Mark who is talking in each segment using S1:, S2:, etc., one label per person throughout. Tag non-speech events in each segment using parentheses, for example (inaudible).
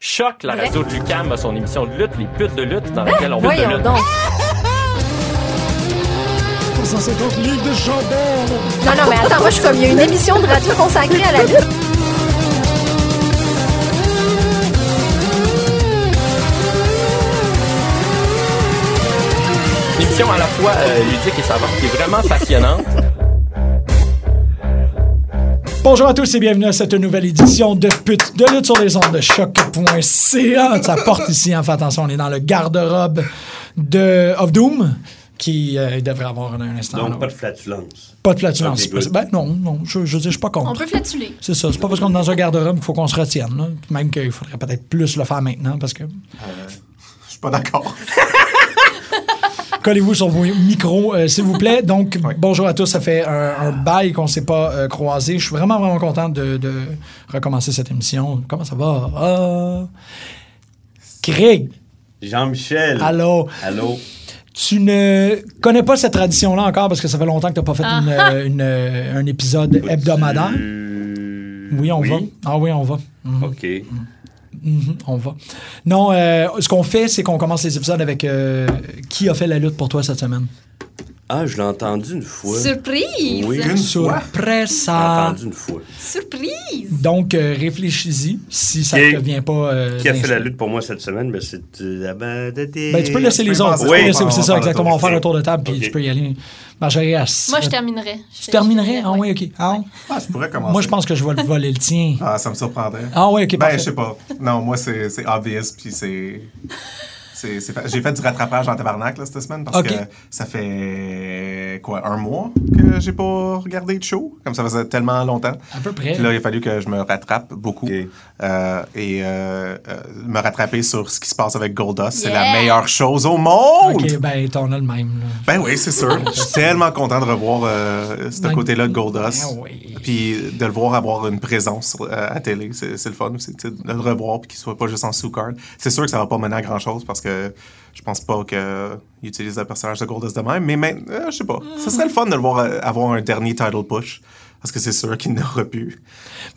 S1: Choc, la radio de Lucam a son émission de lutte, les putes de lutte, dans laquelle on va de
S2: Ben, Voyons
S1: lutte.
S2: donc.
S3: 350 livres de chandelle.
S2: Non, non, mais attends, moi, je suis comme, il y a une émission de radio consacrée à la lutte.
S1: Une émission à la fois euh, ludique et savante qui est vraiment passionnante.
S3: Bonjour à tous et bienvenue à cette nouvelle édition de Pute de lutte sur les ondes de choc.ca. Ça porte ici, hein, fais attention, on est dans le garde-robe de Of Doom qui euh, devrait avoir un instant. là.
S4: Donc, pas de flatulence.
S3: Pas de flatulence.
S4: Ok, good.
S3: ben non, non, je, je veux dire, je suis pas
S5: On
S3: contre.
S5: peut flatuler.
S3: C'est ça, c'est pas parce qu'on est dans un garde-robe qu'il faut qu'on se retienne. là. Même qu'il faudrait peut-être plus le faire maintenant parce que...
S6: Je suis pas d'accord. (laughs)
S3: Collez-vous sur vos micros, euh, s'il vous plaît. Donc, bonjour à tous. Ça fait un, un bail qu'on ne s'est pas euh, croisés. Je suis vraiment, vraiment content de, de recommencer cette émission. Comment ça va? Ah. Craig,
S4: Jean-Michel.
S3: allô.
S4: Allô.
S3: Tu ne connais pas cette tradition-là encore parce que ça fait longtemps que tu n'as pas fait une,
S6: Ah.
S3: euh, une, euh, un épisode hebdomadaire.
S4: Tu-
S3: Oui, on va. Ah oui, on va.
S4: Euh, OK.
S3: Mhm, on va. Non, euh, ce qu'on fait, c'est qu'on commence les épisodes avec euh, qui a fait la lutte pour toi cette semaine?
S4: Ah, je l'ai entendu une fois.
S5: Surprise!
S4: Oui,
S6: Une
S3: Sur
S6: fois.
S4: je l'ai
S3: Pressa.
S4: entendu une fois.
S5: Surprise!
S3: Donc, euh, réfléchis-y si ça ne
S4: Qui-
S3: te vient pas. euh,
S4: Qui a fait
S3: d'instant.
S4: la lutte pour moi cette semaine? Ben, c'est... euh, Ben,
S3: Ben, tu peux laisser
S6: Tu
S3: les
S6: peux
S3: autres.
S6: passer,
S3: Tu peux
S4: oui.
S3: laisser-
S6: on va
S3: c'est ça,
S6: faire le
S3: exactement.
S6: tour.
S3: On va faire le tour de table, puis
S4: Ok.
S3: tu peux y aller. Marjorie, à-
S5: Moi, je terminerais. Je-
S3: Tu terminerais? Ah oui, OK. Ah,
S6: Ah, je pourrais commencer.
S3: Moi, je pense que je vais le voler le tien.
S6: Ah, ça me surprendrait.
S3: Ah ouais, ok,
S6: Ben,
S3: parfait.
S6: je sais pas. Non, moi, c'est c'est obvious, puis c'est... c'est- c'est fa- J'ai fait du rattrapage en tabarnak là, cette semaine parce
S3: Ok.
S6: que ça fait quoi un mois que j'ai pas regardé de show comme ça faisait tellement longtemps.
S3: À peu près.
S6: Puis là il a fallu que je me rattrape beaucoup
S4: Ok.
S6: Euh, et euh, euh, me rattraper sur ce qui se passe avec Goldust. C'est la
S5: Yeah.
S6: meilleure chose au monde.
S3: OK, ben, t'en as le même. là.
S6: Ben oui, c'est sûr. Je suis tellement content de revoir euh, ce
S3: Ben-
S6: côté-là de Goldust.
S3: Ben oui.
S6: Puis de le voir avoir une présence euh, à télé. C'est c'est le fun aussi, tu sais, de le revoir puis qu'il soit pas juste en sous-card. C'est sûr que ça va pas mener à grand-chose parce que je pense pas qu'il utilise le personnage de Goldust de même. Mais main- euh, je sais pas. Ce serait le fun de le voir euh, avoir un dernier title push. Parce que c'est sûr qu'il n'aura plus. Tu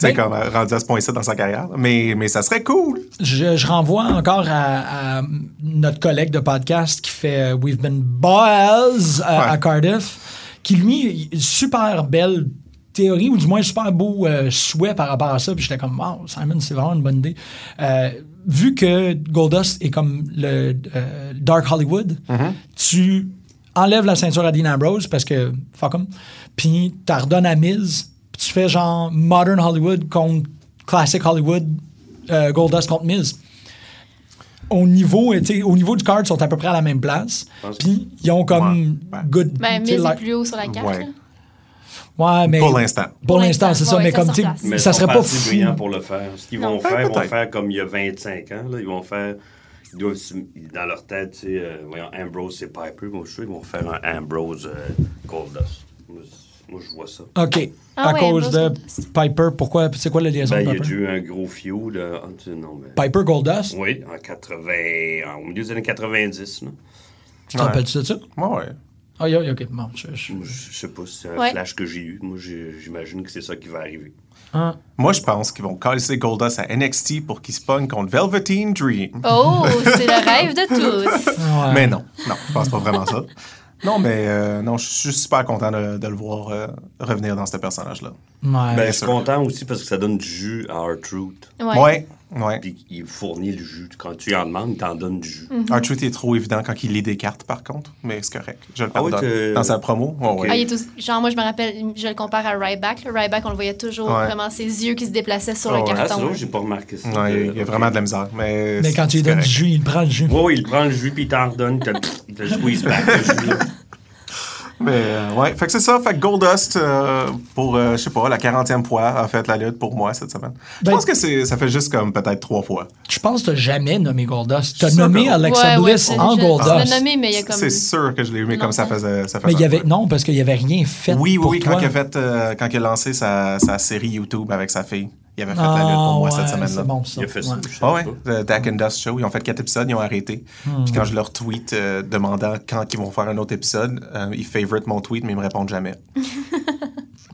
S6: sais,
S3: Ben-
S6: comme euh, rendu à ce point-ci dans sa carrière. Mais, mais ça serait cool.
S3: Je, je renvoie encore à, à notre collègue de podcast qui fait euh, We've Been Boys à, à
S6: Ouais.
S3: Cardiff, qui lui, il- super belle théorie, ou du moins super beau euh, souhait par rapport à ça. Puis j'étais comme, wow, Simon, c'est vraiment une bonne idée. Euh, vu que Goldust est comme le euh, Dark Hollywood,
S6: Mm-hmm.
S3: tu enlèves la ceinture à Dean Ambrose parce que fuck 'em, puis tu redonnes à Miz, puis tu fais genre Modern Hollywood contre Classic Hollywood, euh, Goldust contre Miz au niveau, euh, tu sais, au niveau du card, ils sont à peu près à la même place. Puis ils ont comme
S6: Ouais, ouais.
S3: good. tu
S5: Ben,
S3: sais,
S5: Miz est
S3: like-
S5: plus haut sur la carte.
S6: Ouais.
S5: là.
S3: hein? Ouais, mais
S6: Pour l'instant.
S3: Pour l'instant, c'est ça.
S5: Ouais,
S3: mais
S5: ça
S3: comme
S5: se
S3: tu
S5: replace.
S3: sais,
S4: Mais
S3: ça
S4: ils
S3: serait
S4: sont
S3: pas
S4: assez
S3: fou.
S4: brillants pour le faire. Ce qu'ils vont
S6: Ben,
S4: faire, ils vont
S6: peut-être.
S4: faire comme il y a 25 ans. Là. Ils vont faire... Ils doivent, se- dans leur tête, tu sais, euh, voyons, Ambrose, c'est Piper. Moi, je suis sûr, ils vont faire un Ambrose euh, Goldust. Moi, c'est- moi, je vois ça.
S3: Ok.
S5: Ah
S3: à
S5: ouais,
S3: cause de
S5: Ambrose
S3: Piper, pourquoi C'est quoi la liaison
S4: Ben,
S3: de
S4: il y a
S3: Piper
S4: dû eu un gros feud. euh, entre- non, mais-
S3: Piper Goldust,
S4: Oui, en 80, en- au milieu des années 90. Là.
S3: tu te rappelles-tu de ça
S6: Ouais, ouais.
S3: Ah, yeah, yeah, ok. Bon, je- je-
S4: Moi, Je je sais pas si c'est un
S5: Ouais.
S4: flash que j'ai eu. Moi, j'ai- j'imagine que c'est ça qui va arriver.
S3: Ah.
S6: Moi, je pense qu'ils vont coller Goldust à NXT pour qu'il se pogne contre Velveteen Dream.
S5: Oh, c'est le rêve de tous.
S3: Ouais.
S6: Mais non, non, je pense pas vraiment ça. (laughs) Non, mais euh, non, je suis super content de, de le voir euh, revenir dans ce personnage-là.
S3: Ouais.
S4: Ben,
S6: Ah, bien
S4: je suis
S6: sûr.
S4: content aussi parce que ça donne du jus à Hard Truth.
S5: Ouais.
S6: Ouais, ouais.
S4: Puis il fournit le jus. Quand tu lui en demandes, il t'en donne du jus.
S5: Mhm.
S6: R-Truth est trop évident quand il lit des cartes, par contre, mais c'est correct. Je le
S4: Ah oui,
S6: pardonne.
S4: t'es-
S6: Dans sa promo, ouais, ouais.
S5: Ah, il est aussi- Genre, moi, je me rappelle, je le compare à Ryback. Le Ryback, on le voyait toujours
S6: Ouais.
S5: vraiment ses yeux qui se déplaçaient sur
S6: Ah ouais.
S5: le
S4: Ah, c'est
S5: carton.
S4: drôle, j'ai pas remarqué ça. Euh,
S6: Ouais, il y a vraiment de la misère. Mais,
S3: Mais quand tu lui donnes du jus, il prend le jus.
S4: Oui, oui, il prend le jus, puis il t'en redonne, il te- il te le squeeze back. le jus, là.
S6: Mais euh, ouais, fait que c'est ça. Fait que Goldust, euh, pour, euh, je sais pas, la 40e fois, a fait la lutte pour moi cette semaine. Je
S3: Ben-
S6: pense que c'est- ça fait juste comme peut-être trois fois.
S3: Je pense que t'as jamais nommé Goldust. T'as
S6: suis sûr
S3: nommé
S6: que-
S3: Alexa
S5: Ouais, ouais,
S3: Bliss
S5: je-
S3: en
S5: je- Je
S3: Goldust.
S5: l'ai nommé, mais il y a comme.
S6: C'est sûr que je l'ai eu, mais comme ça
S5: longtemps.
S6: faisait. Ça
S3: Mais
S6: faisait
S3: il y
S6: un
S3: avait
S6: peu.
S3: non parce qu'il y avait rien fait
S6: Oui,
S3: pour
S6: oui, oui,
S3: toi.
S6: quand il a fait, euh, quand il a lancé sa, sa série YouTube avec sa fille, il avait fait la lutte
S3: Ah,
S6: pour moi
S3: ouais,
S6: cette
S3: C'est
S6: semaine-là.
S3: bon ça.
S4: Il a fait ça.
S3: Ouais.
S4: je sais
S6: Ah ouais,
S4: pas.
S6: le Dak and Dust Show, ils ont fait quatre épisodes, ils ont arrêté.
S3: Hmm.
S6: Puis quand je leur tweet
S5: (laughs)
S6: euh, demandant quand ils vont faire un autre épisode, euh, ils favoritent mon tweet, mais ils me répondent jamais.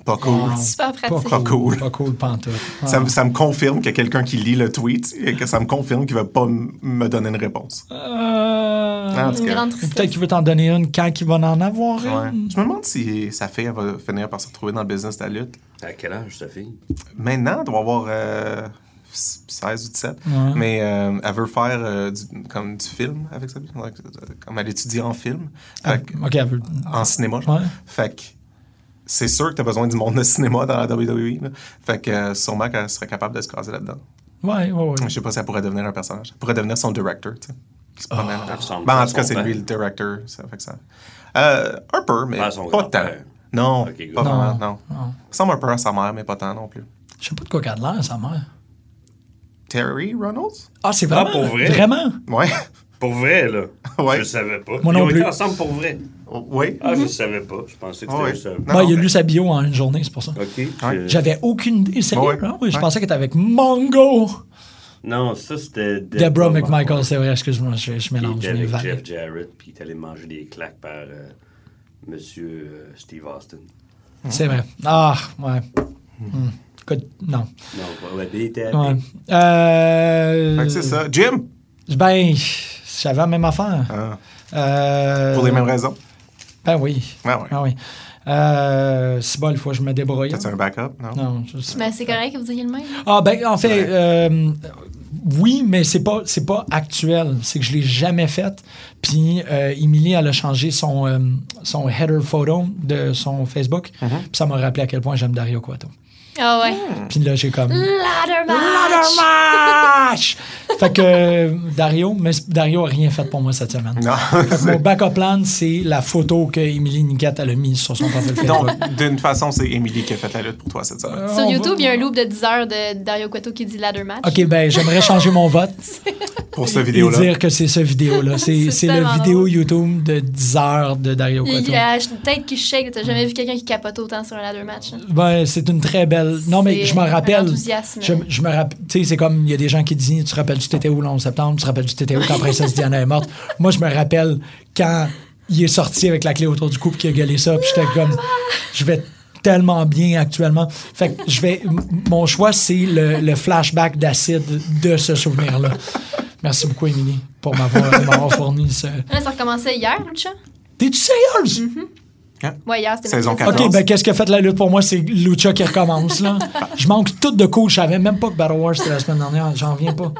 S6: Pas cool.
S3: Ah,
S5: Super pratique.
S6: Pas cool.
S3: Pas cool, pantoute.
S6: Ça, me- ça me confirme qu'il y a quelqu'un qui lit le tweet et que ça me confirme qu'il va pas m- me donner une réponse.
S3: Euh,
S6: En tout
S5: Une
S6: cas,
S5: grande
S3: Peut-être
S5: tristesse.
S3: qu'il veut t'en donner une quand il va en avoir
S6: ouais.
S3: une.
S6: Je me demande si sa fille elle va finir par se retrouver dans le business de la lutte.
S4: À quel âge, sa fille?
S6: Maintenant, elle doit avoir euh, 16 ou 17. Mais euh, elle veut faire euh, du, comme du film avec ça. Comme elle étudie en film. Fait que-
S3: Ok, elle veut-
S6: en cinéma. genre.
S3: Ah. Ouais.
S6: Fait que c'est sûr que t'as besoin du monde de cinéma dans la WWE. là. Fait que euh, sûrement qu'elle serait capable de se caser là-dedans.
S3: Ouais, ouais, ouais.
S6: Je sais pas si elle pourrait devenir un personnage. Elle pourrait devenir son director, tu sais. Qui se
S4: Ah,
S6: promène.
S4: ressemble
S6: Ben,
S4: pas
S6: en
S4: à
S6: tout cas,
S4: son
S6: c'est lui
S4: père.
S6: le director. Ça fait que ça... Euh, un peu, mais
S4: Pas à
S6: pas,
S4: son
S6: tant.
S4: grand-père.
S6: Non,
S4: Ok, good.
S6: pas vraiment,
S3: Non,
S6: non.
S3: non.
S6: Il ressemble un peu à sa mère, mais pas tant non plus.
S3: Je sais pas de quoi qu'elle a l'air, sa mère.
S6: Terry Reynolds?
S3: Ah, c'est vraiment.
S4: pour vrai?
S3: Vraiment?
S6: Ouais.
S4: Pour vrai, là.
S6: (laughs) Ouais.
S4: Je savais pas.
S3: Moi
S4: Ils
S3: non
S4: ont
S3: plus.
S4: été ensemble pour vrai.
S6: Oh, oui.
S4: Ah, je savais pas. Je pensais que
S6: Ah ouais.
S4: c'était juste
S6: Non,
S3: Bah,
S6: non,
S3: il a
S6: mais-
S3: lu sa bio en une journée, c'est pour ça.
S4: un- OK.
S6: Ouais.
S4: je-
S3: J'avais aucune idée. Sérieux?
S6: Ouais.
S3: Ah oui, je
S6: Ouais.
S3: pensais qu'elle était avec Mongo.
S4: Non, ça, c'était...
S3: Deborah
S4: Debra
S3: McMichael, c'est vrai, excuse-moi, je, je
S4: Il
S3: mélange
S4: était
S3: mes
S4: avec
S3: vagues.
S4: Jeff Jarrett, puis il est allé manger des claques par euh, Monsieur euh, Steve Austin.
S3: C'est vrai. Ah, ouais. Hmm. Écoute, Non.
S4: Non, pas ouais, il était
S3: Ouais.
S4: avec-
S3: Euh,
S6: Fait que c'est ça. Jim?
S3: Ben, j'avais la même affaire.
S6: Ah,
S3: Euh,
S6: Pour les mêmes raisons.
S3: Ben oui.
S6: Ah ouais.
S3: Ah oui. Euh, c'est bon, il faut que je me débrouille.
S6: T'as-tu un backup? Non.
S3: Non, je sais.
S5: Mais Ben, c'est correct que vous ayez le même.
S3: Ah ben en fait euh, oui mais c'est pas c'est pas actuel c'est que je l'ai jamais fait puis euh, Emily elle a changé son euh, son header photo de son Facebook puis ça m'a rappelé à quel point j'aime Dario Cuato
S5: Ah ouais.
S6: Hmm.
S3: puis là j'ai comme
S5: Ladder
S3: Ladder
S5: match!
S3: match fait que euh, Dario mais c- Dario a rien fait pour moi cette semaine (laughs)
S6: Non. (laughs)
S3: Fait que mon backup plan c'est la photo que Emily Niquette elle a mise sur son profil Facebook
S6: (laughs) Donc, d'une façon, c'est Émilie qui a fait la lutte pour toi cette semaine.
S3: Euh,
S5: Sur
S3: on va-
S5: YouTube, il y a un loop de 10 heures de Dario Cueto qui dit ladder match.
S3: ok ben j'aimerais changer mon vote
S6: Pour cette
S3: et
S6: vidéo-là.
S3: dire que c'est ce
S5: (laughs)
S3: vidéo-là. C'est,
S5: C'est
S3: c'est le
S5: tellement
S3: vidéo YouTube de 10 heures de Dario
S5: Il
S3: Cotto.
S5: y a une tête qui shake. T'as jamais vu quelqu'un qui capote autant sur un ladder match. hein.
S3: Ben, c'est une très belle. Non, mais
S5: C'est
S3: je me
S5: un
S3: rappelle.
S5: enthousiasme.
S3: Je, je me rappelle. Tu sais, c'est comme il y a des gens qui disent Tu te rappelles du TTO le 11 septembre Tu te rappelles du TTO
S5: (laughs)
S3: quand Princesse Diana est morte Moi, je me rappelle quand il est sorti avec la clé autour du cou puis qu'il a gueulé ça. Puis j'étais
S5: Ah!
S3: comme Je vais tellement bien actuellement. Fait que je vais. m- Mon choix, c'est le, le flashback d'acide de ce souvenir-là. Merci beaucoup, Émilie, pour m'avoir, m'avoir fourni ce.
S5: Là, ça recommençait hier, Lucha?
S3: T'es-tu sérieuse?
S6: Hein?
S5: Ouais, hier, c'était
S6: Saison
S5: mercredi.
S6: quatre.
S3: Ok,
S6: Commence.
S3: ben qu'est-ce que fait la lutte pour moi? C'est Lucha qui recommence, là. Je manque tout de coups. Je savais même pas que Battle Wars c'était la semaine dernière. J'en viens pas.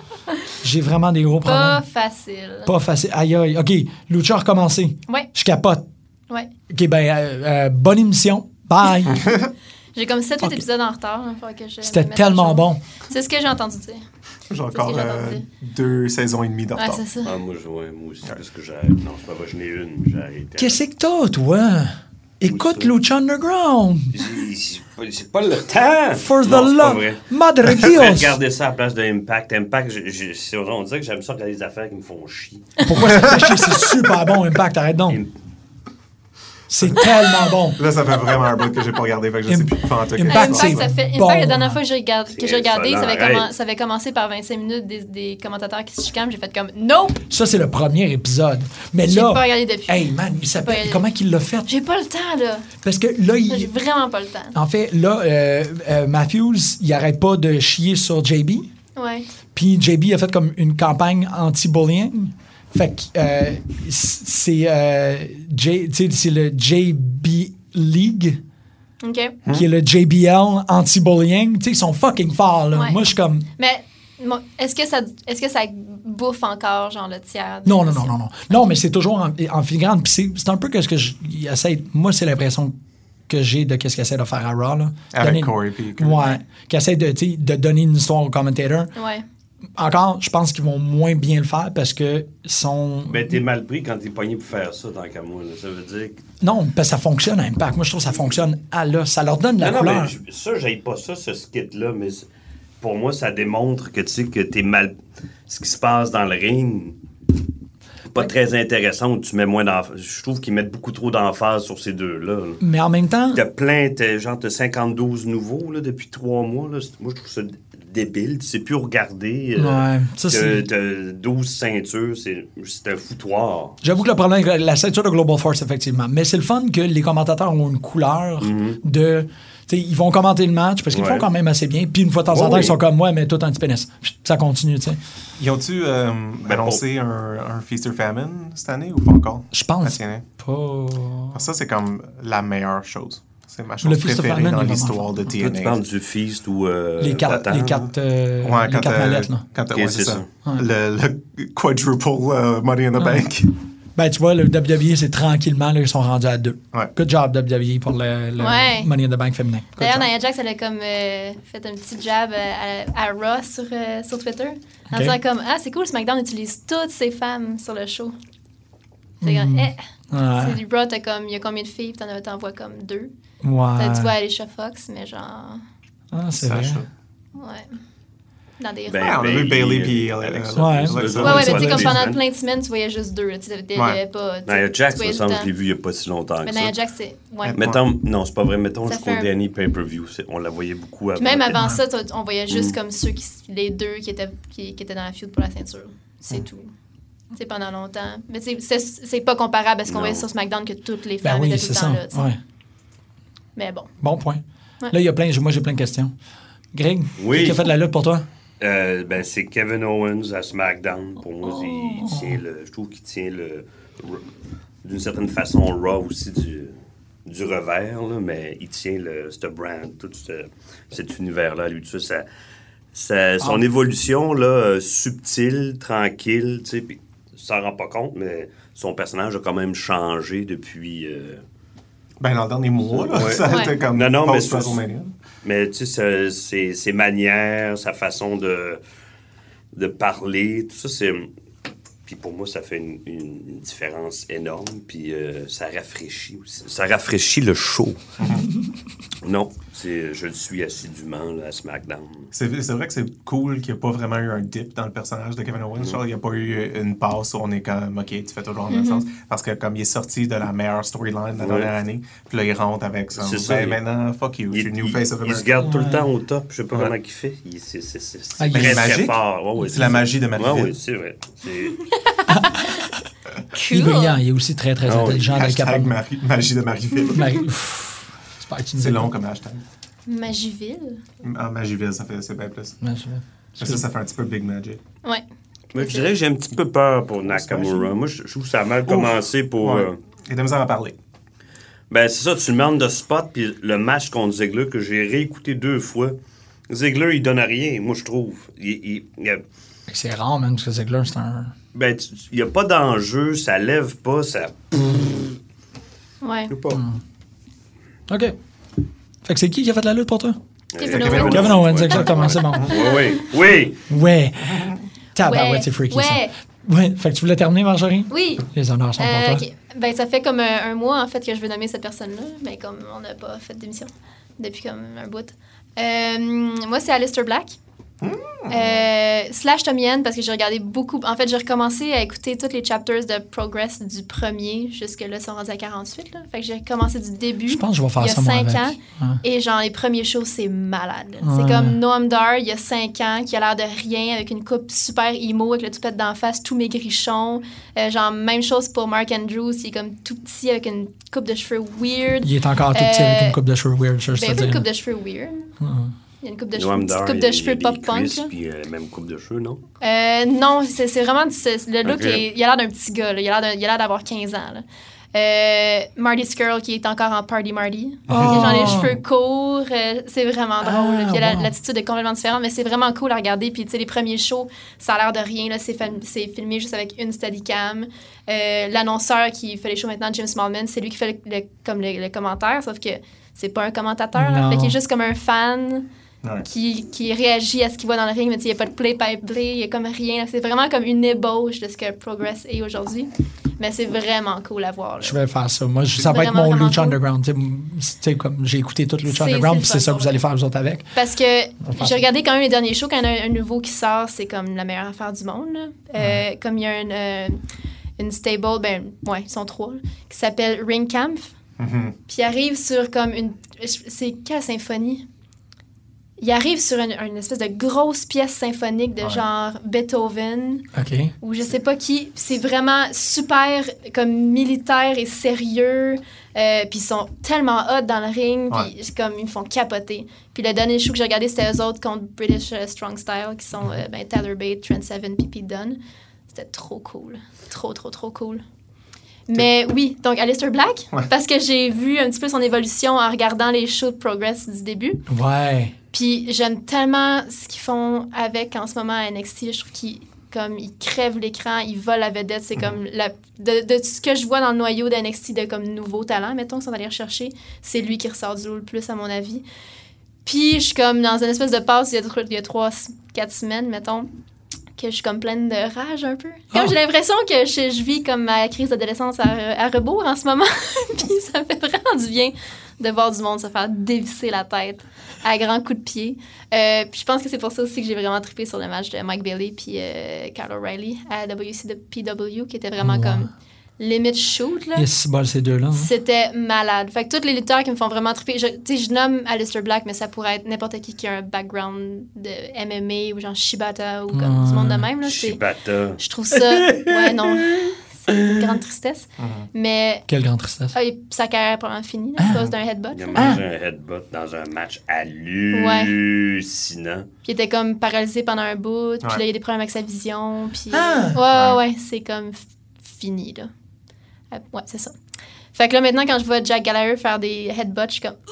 S3: J'ai vraiment des gros
S5: Pas
S3: problèmes.
S5: facile.
S3: Pas facile. Aïe, aïe. Ok, Lucha a recommencé.
S5: Ouais,
S3: Je capote.
S5: ouais.
S3: Ok, ben, euh, euh, bonne émission.
S4: (laughs)
S3: Bye.
S5: J'ai comme 7-8
S3: Ok.
S5: épisodes en retard. hein, faut que je
S3: C'était
S5: me mette à
S3: tellement
S5: jour.
S3: bon.
S5: C'est ce que j'ai entendu dire.
S6: J'ai encore
S5: C'est ce que
S6: euh,
S5: j'attendais.
S6: deux saisons et demie d'en
S5: Ouais,
S6: retard.
S5: c'est ça.
S4: Ah, moi, je, ouais, moi aussi, parce que j'arrête. Non, c'est pas vrai, j'en ai une, j'ai arrêté.
S3: Qu'est-ce que t'as, toi? Écoute
S4: ça?
S3: Lucha Underground.
S4: J'ai- C'est pas- c'est pas le temps!
S3: For
S4: Non,
S3: the
S4: c'est pas
S3: love.
S4: vrai.
S3: Madre
S4: (laughs) Je vais
S3: Dios.
S4: regarder ça à la place de Impact. Impact, je- je- c'est- on dirait que j'aime ça regarder des affaires qui me font chier.
S3: Pourquoi ça te fait chier? C'est super bon, Impact. Arrête donc. C'est tellement bon.
S6: Là, ça fait vraiment un bout que j'ai pas regardé, fait que je sais
S3: Im-
S6: plus pas en tout
S3: Impact,
S6: cas.
S5: Impact, ça fait. Impact,
S3: bon.
S5: la dernière fois que j'ai regardé, que j'ai regardé ça, avait
S4: insolent,
S5: commen-
S4: hey.
S5: ça avait commencé par 25 minutes des, des commentateurs qui se chicanent. J'ai fait comme Nope!
S3: Ça, c'est le premier épisode. Mais
S5: J'ai
S3: là.
S5: pas regardé depuis.
S3: Hey, man, il
S5: Pas
S3: s'appelle.
S5: elle.
S3: Comment qu'il l'a fait?
S5: J'ai pas le temps, là.
S3: Parce que là,
S5: J'ai
S3: il,
S5: vraiment pas le temps.
S3: en fait, là, euh, euh, Matthews, il arrête pas de chier sur JB.
S5: Ouais.
S3: Puis JB a fait comme une campagne anti-bullying. Fait que euh, c'est euh, J- tu sais, c'est le JB League
S5: OK.
S3: qui est le JBL anti-bullying. Tu sais, ils sont fucking forts, là.
S5: Ouais.
S3: Moi, je suis comme...
S5: Mais moi, est-ce que, ça, est ce que ça bouffe encore, genre, le tiers? de
S3: Non, non, non,
S5: l'émission?
S3: non, non. Non, mais c'est toujours en, en filigrane. Puis c'est c'est un peu que ce que je- il essaie- Moi, c'est l'impression que j'ai de qu'est-ce qu'il essaie de faire à Raw, là.
S6: Avec
S3: Donner-
S6: Corey puis-
S3: Ouais. Qu'il essaie de, tu sais, de donner une histoire au commentateur.
S5: Ouais.
S3: Encore, je pense qu'ils vont moins bien le faire parce que sont.
S4: Ben, t'es mal pris quand t'es pogné pour faire ça, tant qu'à moi. là. Ça veut dire que.
S3: Non, parce que ça fonctionne à Impact. Moi, je trouve que ça fonctionne à là. Ça leur donne de la
S4: Ah Non, non,
S3: couleur.
S4: mais je- ça, j'aille pas ça, ce skit-là, mais c'est- pour moi, ça démontre que tu sais que t'es mal. Ce qui se passe dans le ring, pas très intéressant, où tu mets moins d'emphase. Je trouve qu'ils mettent beaucoup trop d'emphase sur ces deux-là. là.
S3: mais en même temps.
S4: T'as plein, t'as, genre, t'as 52 nouveaux là, depuis trois mois. Là. C'est- Moi, je trouve ça d- débile. Tu sais plus regarder. euh,
S3: Ouais, ça,
S4: t'as-
S3: c'est-
S4: t'as 12 ceintures. C'est, c'est un foutoir.
S3: J'avoue que le problème avec la, la ceinture de Global Force, effectivement. Mais c'est le fun que les commentateurs ont une couleur de tu sais, ils vont commenter le match parce qu'ils le
S4: Mhm. Ouais.
S3: font quand même assez bien. Puis une fois de temps en
S4: Oh
S3: temps,
S4: oui.
S3: ils sont comme moi, mais tout un petit pénis. Puis Ça continue, tu sais.
S6: Ils ont-tu euh,
S4: Ben,
S6: annoncé un, un Feast or Famine cette année ou pas encore?
S3: Je pense
S6: Passionnant.
S3: pas.
S6: Ça, c'est comme la meilleure chose. C'est ma
S3: Le
S6: chose
S3: Feast of
S6: préférée
S3: Famine
S6: dans
S3: est vraiment
S6: l'histoire de
S4: Toi, tu
S6: TNA.
S4: parles du Feast ou. euh,
S3: Les quatre,
S4: Vatan.
S3: les quatre, euh,
S6: Ouais,
S3: les
S6: quand
S3: quatre
S6: euh,
S3: mallettes, là.
S6: quand, euh,
S4: Ok,
S6: ouais,
S4: c'est
S6: c'est
S4: ça.
S6: ça. Le, le quadruple euh, Money in the Bank.
S3: Ben, tu vois, le WWE, c'est tranquillement, là, ils sont rendus à deux.
S6: Ouais.
S3: Good job, WWE, pour le, le
S5: Ouais.
S3: Money in the Bank féminin. Good
S5: D'ailleurs,
S3: job.
S5: Nia Jax, elle a comme euh, fait un petit jab euh, à, à Raw sur, euh, sur Twitter. En
S3: Ok.
S5: disant comme Ah, c'est cool, SmackDown utilise toutes ses femmes sur le show. C'est comme, eh,
S3: Hmm. Ouais.
S5: c'est du Raw, t'as comme, il y a combien de filles, puis t'en as- t'en vois comme deux. T'as
S3: Ouais.
S5: Tu vois Alicia Fox, mais genre,
S3: Ah, c'est vrai.
S6: Sacha.
S5: ouais. Dans des
S4: Ben,
S5: rangs.
S6: Ouais, on a vu
S4: Bayley,
S6: Bayley puis
S4: euh,
S6: Alexa.
S4: Alexa.
S3: Ouais.
S6: Alexa.
S3: Ouais,
S5: Ouais, ouais, mais tu sais,
S4: Alexa.
S5: comme pendant plein de semaines, tu voyais juste deux. Tu sais, t'avais- t'avais
S6: Ouais.
S5: pas. tu sais,
S4: hein. Nia Jax,
S5: tu
S4: il
S5: voyais
S4: me semble que
S5: tout le
S4: je l'ai vu il n'y a pas si longtemps
S5: temps.
S4: que
S5: Mais
S4: ça.
S5: Nia Jax, c'est. Ouais.
S4: Mettons, non, c'est pas vrai. Mettons
S5: Ça
S4: jusqu'au
S5: fait un-
S4: dernier pay-per-view. c'est- On la voyait beaucoup avant.
S5: Puis même avant ça, t'as- on voyait
S3: Mm.
S5: juste comme ceux qui, les deux qui étaient, qui, qui étaient dans la feud pour la ceinture. C'est
S3: Mm.
S5: tout. C'est pendant longtemps. Mais tu sais, c'est c'est pas comparable à ce qu'on
S4: Non.
S5: voyait sur SmackDown que toutes les
S3: Ben
S5: femmes
S3: oui,
S5: étaient
S3: c'est
S5: tout le
S3: ça.
S5: temps là. tu sais.
S3: Ouais.
S5: Mais bon.
S3: Bon point.
S5: Ouais.
S3: Là, il y a plein, moi, j'ai plein de questions. Greg,
S4: Oui.
S3: qui a fait de la lutte pour toi?
S4: Euh, ben, c'est Kevin Owens à SmackDown. Pour moi, il tient le. Je trouve qu'il tient le. D'une certaine façon, Raw aussi du, du revers, là, mais il tient le, ce brand, tout ce- cet univers-là, lui, tout ça. ça- ça- son évolution, là, euh, subtile, tranquille, tu sais, puis s'en rend pas compte, mais son personnage a quand même changé depuis. euh,
S6: Ben, dans le dernier mois, là,
S4: Ouais.
S6: ça a été
S5: Ouais.
S6: comme
S4: Non, non, mais
S6: post-
S4: c'est-
S6: WrestleMania.
S4: Mais tu sais, sa- ses, ses manières, sa façon de, de parler, tout ça, c'est. Puis pour moi, ça fait une, une différence énorme. Puis euh, ça rafraîchit aussi. Ça rafraîchit le
S6: (laughs)
S4: show. non, c'est- je le suis assidûment là, à SmackDown.
S6: C'est c'est vrai que c'est cool qu'il n'y a pas vraiment eu un dip dans le personnage de Kevin Owens. Genre, il n'y a pas eu une passe où on est comme, OK, tu fais toujours le même sens. Parce que comme il est sorti de la meilleure storyline de la
S4: Ouais.
S6: dernière année, puis là, il rentre avec son.
S4: C'est ça,
S6: Ben,
S4: il-
S6: maintenant, fuck you, je suis
S4: Il,
S6: New
S4: il-
S6: Face of
S4: il se
S6: America.
S4: garde tout le
S3: Ouais.
S4: temps au top. Je sais pas comment il fait. Il- C'est c'est- c'est-
S3: Ah,
S4: c'est
S3: il est
S4: très, très
S6: magique.
S4: fort. Ouais, ouais,
S6: C'est la
S4: ça.
S6: magie de
S4: Ouais,
S6: Marvel.
S4: ouais, c'est vrai. C'est-
S6: (laughs)
S3: Il est brillant, il est aussi très, très
S4: Ah oui.
S3: intelligent, très
S6: Hashtag
S3: capable.
S6: Marie- magie de Marieville.
S3: (laughs) Marie-
S5: (laughs)
S3: Ouf. J'espère que tu nous
S6: C'est long
S3: écoutes.
S6: comme hashtag.
S5: Magiville?
S6: Ah, Magieville, ça fait, c'est bien plus.
S3: Ouais, c'est vrai.
S6: Ça, ça fait un petit peu Big Magic.
S5: Ouais.
S4: Mais je dirais que j'ai un petit peu peur pour Nakamura. Moi, je je trouve que ça a mal commencé pour.
S6: Ouais.
S4: euh,
S6: Il y a de la misère à parler.
S4: Ben, c'est ça, tu demandes de spot, puis le match contre Ziegler que j'ai réécouté deux fois. Ziegler, il donne à rien, moi, je trouve. Il, il- il a-
S3: Fait que C'est rare, même, parce que Ziggler, c'est un.
S4: ben, tu- tu- il n'y a pas d'enjeu, ça lève pas, ça.
S5: Ouais.
S4: pas.
S3: OK. Fait que c'est qui qui a fait de la lutte pour toi?
S5: Kevin
S6: Kevin
S5: Owens.
S6: Owens.
S3: Kevin Owens,
S6: Ouais.
S3: exactement, c'est bon.
S4: Oui, oui, oui.
S3: Ouais. Tabarouette,
S5: Ouais.
S3: Ah, ben c'est freaky,
S5: Ouais.
S3: ça. Ouais. Fait que tu voulais terminer, Marjorie?
S5: Oui.
S3: Les honneurs sont
S5: Euh,
S3: pour toi.
S5: ok. Ben, ça fait comme un, un mois, en fait, que je veux nommer cette personne-là, mais comme on n'a pas fait d'émission depuis comme un bout. Euh, moi, c'est Alistair Black.
S3: Hmm.
S5: Euh, slash Tommy Yen, parce que j'ai regardé beaucoup. En fait, j'ai recommencé à écouter tous les chapters de Progress du premier jusque-là, ils sont rendus à 48. Là. Fait que j'ai commencé du début.
S3: Je pense que je vais faire
S5: Il y a
S3: ça, moi,
S5: cinq
S3: avec.
S5: ans.
S3: Ouais.
S5: Et genre, les premiers shows, c'est malade. là.
S3: Ouais.
S5: C'est comme Noam Dar, il y a 5 ans, qui a l'air de rien, avec une coupe super emo, avec le toupette d'en face, tout maigrichon. Euh, genre, même chose pour Mark Andrews, qui est comme tout petit, avec une coupe de cheveux weird.
S3: Il est encore tout petit avec
S5: Euh,
S3: une coupe de cheveux weird, je
S5: Ben, pas
S3: sais
S5: une coupe de cheveux weird. Il y a une coupe de cheveux,
S4: Noam
S5: une petite
S4: Dar,
S5: coupe
S4: il- il a
S5: de cheveux
S4: des
S5: pop-punk.
S4: cuisses,
S5: là.
S4: Puis euh, même coupe de cheveux, non?
S5: Euh, non, c'est c'est vraiment... du- c'est- Le look,
S4: Ok.
S5: il est- il a l'air d'un petit gars. là. Il a l'air d'un- il a l'air d'avoir 15 ans. là. Euh, Marty Skrull qui est encore en Party Marty.
S3: Oh.
S5: Il a genre les cheveux courts. euh, c'est vraiment drôle.
S3: Ah,
S5: Puis la-
S3: wow.
S5: l'attitude est complètement différente, mais c'est vraiment cool à regarder. Puis tu sais, les premiers shows, ça a l'air de rien. là. C'est fam- c'est filmé juste avec une Steadicam. Euh, L'annonceur qui fait les shows maintenant, James Smallman, c'est lui qui fait le, le- comme le, le commentaire, sauf que c'est pas un commentateur. là.
S3: Non.
S5: Fait qu'il est juste comme un fan
S6: Ouais.
S5: qui, qui réagit à ce qu'il voit dans le ring, mais tu sais, il n'y a pas de play by play, il n'y a comme rien. C'est vraiment comme une ébauche de ce que Progress est aujourd'hui. Mais c'est vraiment cool à voir. là.
S3: Je vais faire ça. Moi, je- ça va être
S5: Vraiment,
S3: mon
S5: vraiment
S3: Lucha
S5: cool.
S3: Underground. Tu sais, m- tu sais, comme j'ai écouté tout Lucha
S5: C'est-
S3: Underground,
S5: c'est
S3: puis c'est
S5: le fun,
S3: ça que
S5: ouais.
S3: vous allez faire vous autres avec.
S5: Parce que
S3: pense-
S5: j'ai regardé quand même les derniers shows, quand il y en a un, un nouveau qui sort, c'est comme la meilleure affaire du monde. là. Euh, Comme il y a une, euh, une stable, ben ouais, ils sont trois, là, qui s'appelle Ring Camp.
S6: Mhm.
S5: Puis il arrive sur comme une. C'est quelle symphonie Il arrive sur une, une espèce de grosse pièce symphonique de
S6: Ouais.
S5: genre Beethoven
S3: OK.
S5: ou je sais pas qui. Puis C'est vraiment super comme militaire et sérieux. Euh, puis ils sont tellement hot dans le ring. Puis c'est comme ils me font capoter. Puis le dernier show que j'ai regardé, c'était eux autres contre British euh, Strong Style qui sont euh, ben, Tyler Bate, Trent Seven, puis Pete Dunne. C'était trop cool. Trop, trop, trop cool. Mais oui, donc Alistair Black,
S6: Ouais.
S5: parce que j'ai vu un petit peu son évolution en regardant les shows de Progress du début.
S3: Ouais.
S5: Puis j'aime tellement ce qu'ils font avec en ce moment à NXT. Je trouve qu'ils comme, ils crèvent l'écran, ils volent la vedette. C'est comme la, de, de ce que je vois dans le noyau d'NXT de comme nouveau talent, mettons, qu'ils sont allés rechercher, c'est lui qui ressort du lot le plus, à mon avis. Puis je suis comme dans une espèce de passe il y a, tro- il y a trois, quatre semaines, mettons, que je suis comme pleine de rage un peu. Comme
S3: Ah.
S5: j'ai l'impression que je, je vis comme ma crise d'adolescence à, re- à rebours en ce moment. (laughs) Puis ça fait vraiment du bien de voir du monde se faire dévisser la tête à grands coups de pied. Euh, puis je pense que c'est pour ça aussi que j'ai vraiment trippé sur le match de Mike Bailey puis euh, Kyle O'Reilly à WCW qui était vraiment
S3: Ouais.
S5: comme limite shoot là.
S3: Il y a six balles, ces deux-là. hein.
S5: C'était malade. Fait que tous les lutteurs qui me font vraiment triper, je, tu sais, je nomme Alistair Black, mais ça pourrait être n'importe qui qui a un background de MMA ou genre Shibata ou comme du
S3: Ouais.
S5: monde de même. Là, c'est-
S4: Shibata.
S5: je trouve ça. Ouais, non. C'est une grande tristesse. Mais
S3: Quelle grande tristesse.
S5: ah, et sa carrière est probablement finie là, à cause d'un headbutt.
S4: Il
S5: là.
S4: a mangé un headbutt dans un match hallucinant.
S5: Puis il était comme paralysé pendant un bout, puis
S6: Ouais.
S5: là, il y a des problèmes avec sa vision, puis...
S6: Ah!
S5: Ouais, ouais, ouais, c'est comme f- fini, là. Euh, Ouais, c'est ça. Fait que là, maintenant, quand je vois Jack Gallagher faire des headbutts, je suis comme... Ah.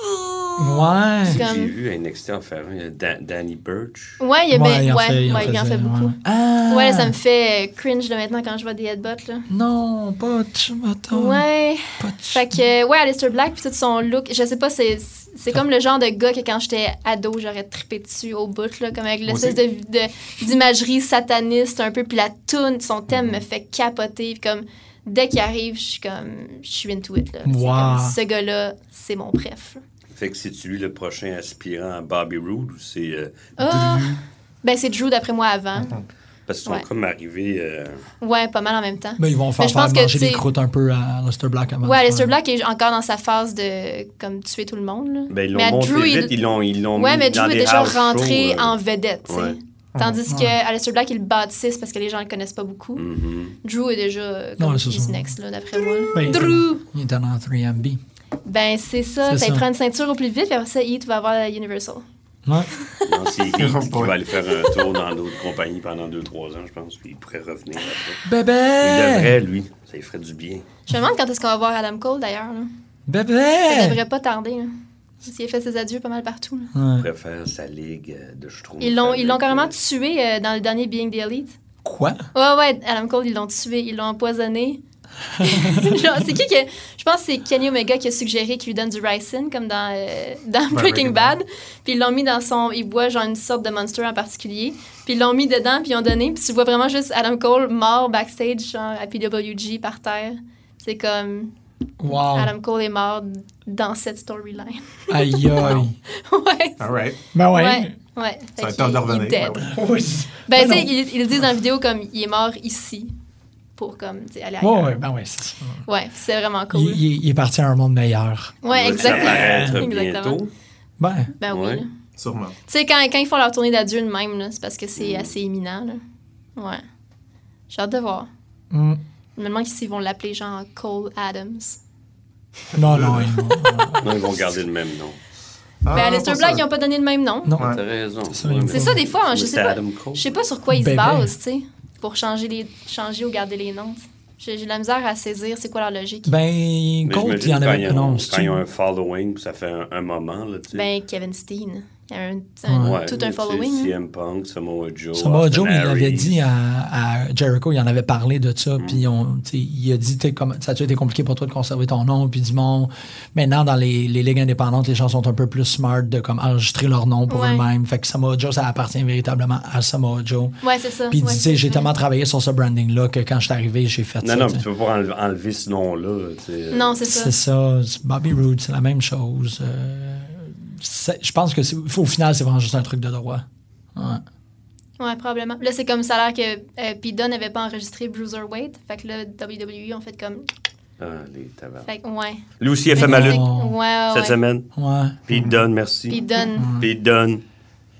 S3: Ouais.
S5: C'est
S4: J'ai
S5: comme-
S4: vu un extrait en faire un, il y a Dan- Danny Birch.
S5: Ouais, il, y avait- ouais, ouais, il, en
S3: faisait,
S5: fait beaucoup.
S3: ouais. Ah!
S5: Ouais. ça me fait euh, cringe, là, maintenant, quand je vois des headbutts, là.
S3: Non, pas de Chimata.
S5: Ouais...
S3: Pas de
S5: Fait que, euh, ouais, Alistair Black, puis tout son look, je sais pas, c'est, c'est comme le genre de gars que quand j'étais ado, j'aurais trippé dessus au bout, là, comme avec l'espèce de, de- d'imagerie sataniste un peu, puis la toune, son thème me fait capoter, puis comme, dès qu'il arrive, je suis comme, je suis into it, là. C'est
S3: Wow.
S5: comme, ce gars-là, c'est mon préf. là.
S4: Fait que c'est-tu lui le prochain aspirant à Bobby Roode ou c'est. euh,
S5: Ah! Ben, c'est Drew, d'après moi, avant.
S4: parce qu'ils sont
S5: Ouais.
S4: comme arrivés. euh,
S5: Ouais, pas mal en même temps.
S3: Ben, ils vont faire,
S5: je pense
S3: faire
S5: que,
S3: manger
S5: tu
S3: des
S5: sais-
S3: croûtes un peu à Lester Black avant.
S5: Ouais,
S3: de faire-
S5: Alistair Black est encore dans sa phase de, comme, tuer tout le monde, là.
S4: ben, ils
S5: Mais à
S4: l'ont montré
S5: Drew, il-
S4: vite, ils l'ont ils l'ont
S5: Ouais,
S4: mis
S5: mais
S4: dans
S5: Drew est
S4: des
S5: déjà
S4: house shows,
S5: rentré
S4: euh,
S5: en vedette, tu sais.
S4: ouais.
S5: Tandis
S3: Ouais.
S5: que Aleister Black, il bâtisse parce que les gens le connaissent pas beaucoup.
S4: mhm.
S5: Drew est déjà euh, comme
S3: Ouais, c'est
S5: he's
S3: ça.
S5: next, là, d'après moi.
S3: Ben,
S5: Drew!
S3: Il était dans 3MB.
S5: Ben, c'est ça.
S3: C'est
S5: Fait, il
S3: ça.
S5: prend une ceinture au plus vite, puis après ça, Heat va avoir la Universal.
S3: Ouais.
S4: Non,
S3: (laughs)
S4: c'est
S6: Oh
S4: Heath qui
S6: boy.
S4: va aller faire un tour dans d'autres compagnies pendant 2-3 ans, je pense, puis il pourrait revenir après. Il
S3: Bébé!
S4: devrait, lui. Ça lui ferait du bien.
S5: Je me demande quand est-ce qu'on va voir Adam Cole, d'ailleurs. là. Ça
S3: Bébé!
S5: devrait pas tarder. là. Parce qu'il a fait ses adieux pas mal partout. là.
S4: Il
S3: Ouais.
S4: pourrait faire sa ligue euh, de Schtroumpf.
S5: Ils l'ont, ils l'ont
S4: avec,
S5: carrément
S4: euh,
S5: tué euh, dans le dernier Being the Elite.
S3: Quoi?
S5: Ouais, ouais, Adam Cole, ils l'ont tué, ils l'ont
S6: (laughs)
S5: empoisonné. Genre, c'est qui que. Je pense que c'est Kenny Omega qui a suggéré qu'il lui donne du ricin, comme dans, euh, dans Breaking
S6: Breaking
S5: Bad. Puis ils l'ont mis dans son. Il boit genre une sorte de monster en particulier. Puis ils l'ont mis dedans, puis ils ont donné. Puis tu vois vraiment juste Adam Cole mort backstage, genre à PWG par terre. C'est comme.
S6: Oh.
S3: Wow.
S5: Adam Cole est mort dans cette storyline. (laughs)
S3: Aïe aïe.
S5: ouais.
S6: All right.
S3: Ben ouais.
S5: Ouais. Ouais.
S6: Ça va
S5: Fait
S6: être temps
S5: qu'il-
S6: de
S5: il est
S6: revenir.
S5: dead.
S6: Ouais, ouais.
S3: Ouais,
S5: Ben, tu sais,
S3: non.
S5: ils, ils le disent dans la vidéo comme il est mort ici pour comme tu sais, aller ailleurs.
S3: ouais, ouais, ben ouais. c'est ça.
S5: Ouais, puis c'est vraiment
S3: Il,
S5: cool.
S3: il- il est parti à un monde meilleur.
S5: Ouais,
S4: il va
S5: exactement. (laughs)
S4: disparaître
S5: exactement.
S4: bientôt.
S3: Ben,
S5: Ben oui.
S4: Ouais.
S5: là.
S6: Sûrement.
S5: Tu sais, quand, quand ils font leur tournée d'adieu de même, là, c'est parce que c'est assez imminent. Là. Ouais. J'ai hâte de voir.
S3: hmm.
S5: Je me demande s'ils vont l'appeler genre Cole Adams.
S3: non, non, il-
S4: Non, ils vont garder le même nom.
S6: Ah,
S5: ben, Aleister
S6: pas
S5: Black, ils
S6: sûr.
S5: n'ont pas donné le même nom.
S3: non. Ben,
S6: Ouais.
S4: T'as raison.
S3: ça, il me
S5: C'est ça, des fois, hein, je
S4: Mais
S5: sais
S4: c'est
S5: pas.
S4: Adam Cole.
S5: Je sais pas sur quoi ils se
S3: Ben, ben.
S5: basent, tu sais, pour changer, les, changer ou garder les noms. J'ai j'ai de la misère à saisir c'est quoi leur logique.
S3: Ben,
S4: Mais
S3: Gold,
S4: j'imagine
S3: il y en
S4: quand
S3: avait
S4: ils ont-
S3: non,
S4: Quand ils ont un following, ça fait un, un moment, là, tu sais.
S5: Ben, Kevin Steen. Il y a un, un-
S4: Ouais,
S5: tout
S4: mais
S5: un
S4: tu sais,
S5: following. hein. là.
S4: CM Punk, Samoa Joe.
S3: Samoa
S4: Austin
S3: Joe, il avait
S4: Aries.
S3: dit à, à Jericho, il en avait parlé de
S4: Mm.
S3: ça, puis on- tu sais, il a dit, t'es comme, ça a été compliqué pour toi de conserver ton nom, puis du monde. Maintenant, dans les, les ligues indépendantes, les gens sont un peu plus smart de comme enregistrer leur nom pour
S5: Ouais.
S3: eux-mêmes. Fait que Samoa Joe, ça appartient véritablement à Samoa Joe.
S5: Ouais, c'est ça.
S3: Puis il
S5: ouais,
S3: dit, tu sais, j'ai
S5: c'est-
S3: tellement travaillé sur ce branding-là que quand je suis arrivé, j'ai fait
S4: Non,
S3: ça.
S4: non,
S3: tu
S4: mais
S3: sais.
S4: tu peux pas enle- enlever ce nom-là. tu sais. euh,
S5: Non, c'est ça.
S3: C'est ça. c'est Bobby Roode, c'est la même chose. Euh, c'est- je pense que c'est- au final, c'est vraiment juste un truc de droit. Ouais.
S5: Ouais, probablement. Là, c'est comme ça a l'air que euh, Pete Dunne n'avait pas enregistré Bruiserweight. Fait que là, WWE ont fait comme.
S4: Ah, les tabarnes.
S5: Fait que, ouais.
S4: Lui aussi, il a
S3: Mais
S4: fait mal
S5: Fait que- Ah
S3: Oh.
S5: Ouais, ouais.
S4: cette
S5: ouais.
S3: Mm.
S4: semaine.
S3: Ouais. Mm.
S4: Pete Dunne, merci.
S5: Pete Dunne.
S4: Pete Dunne.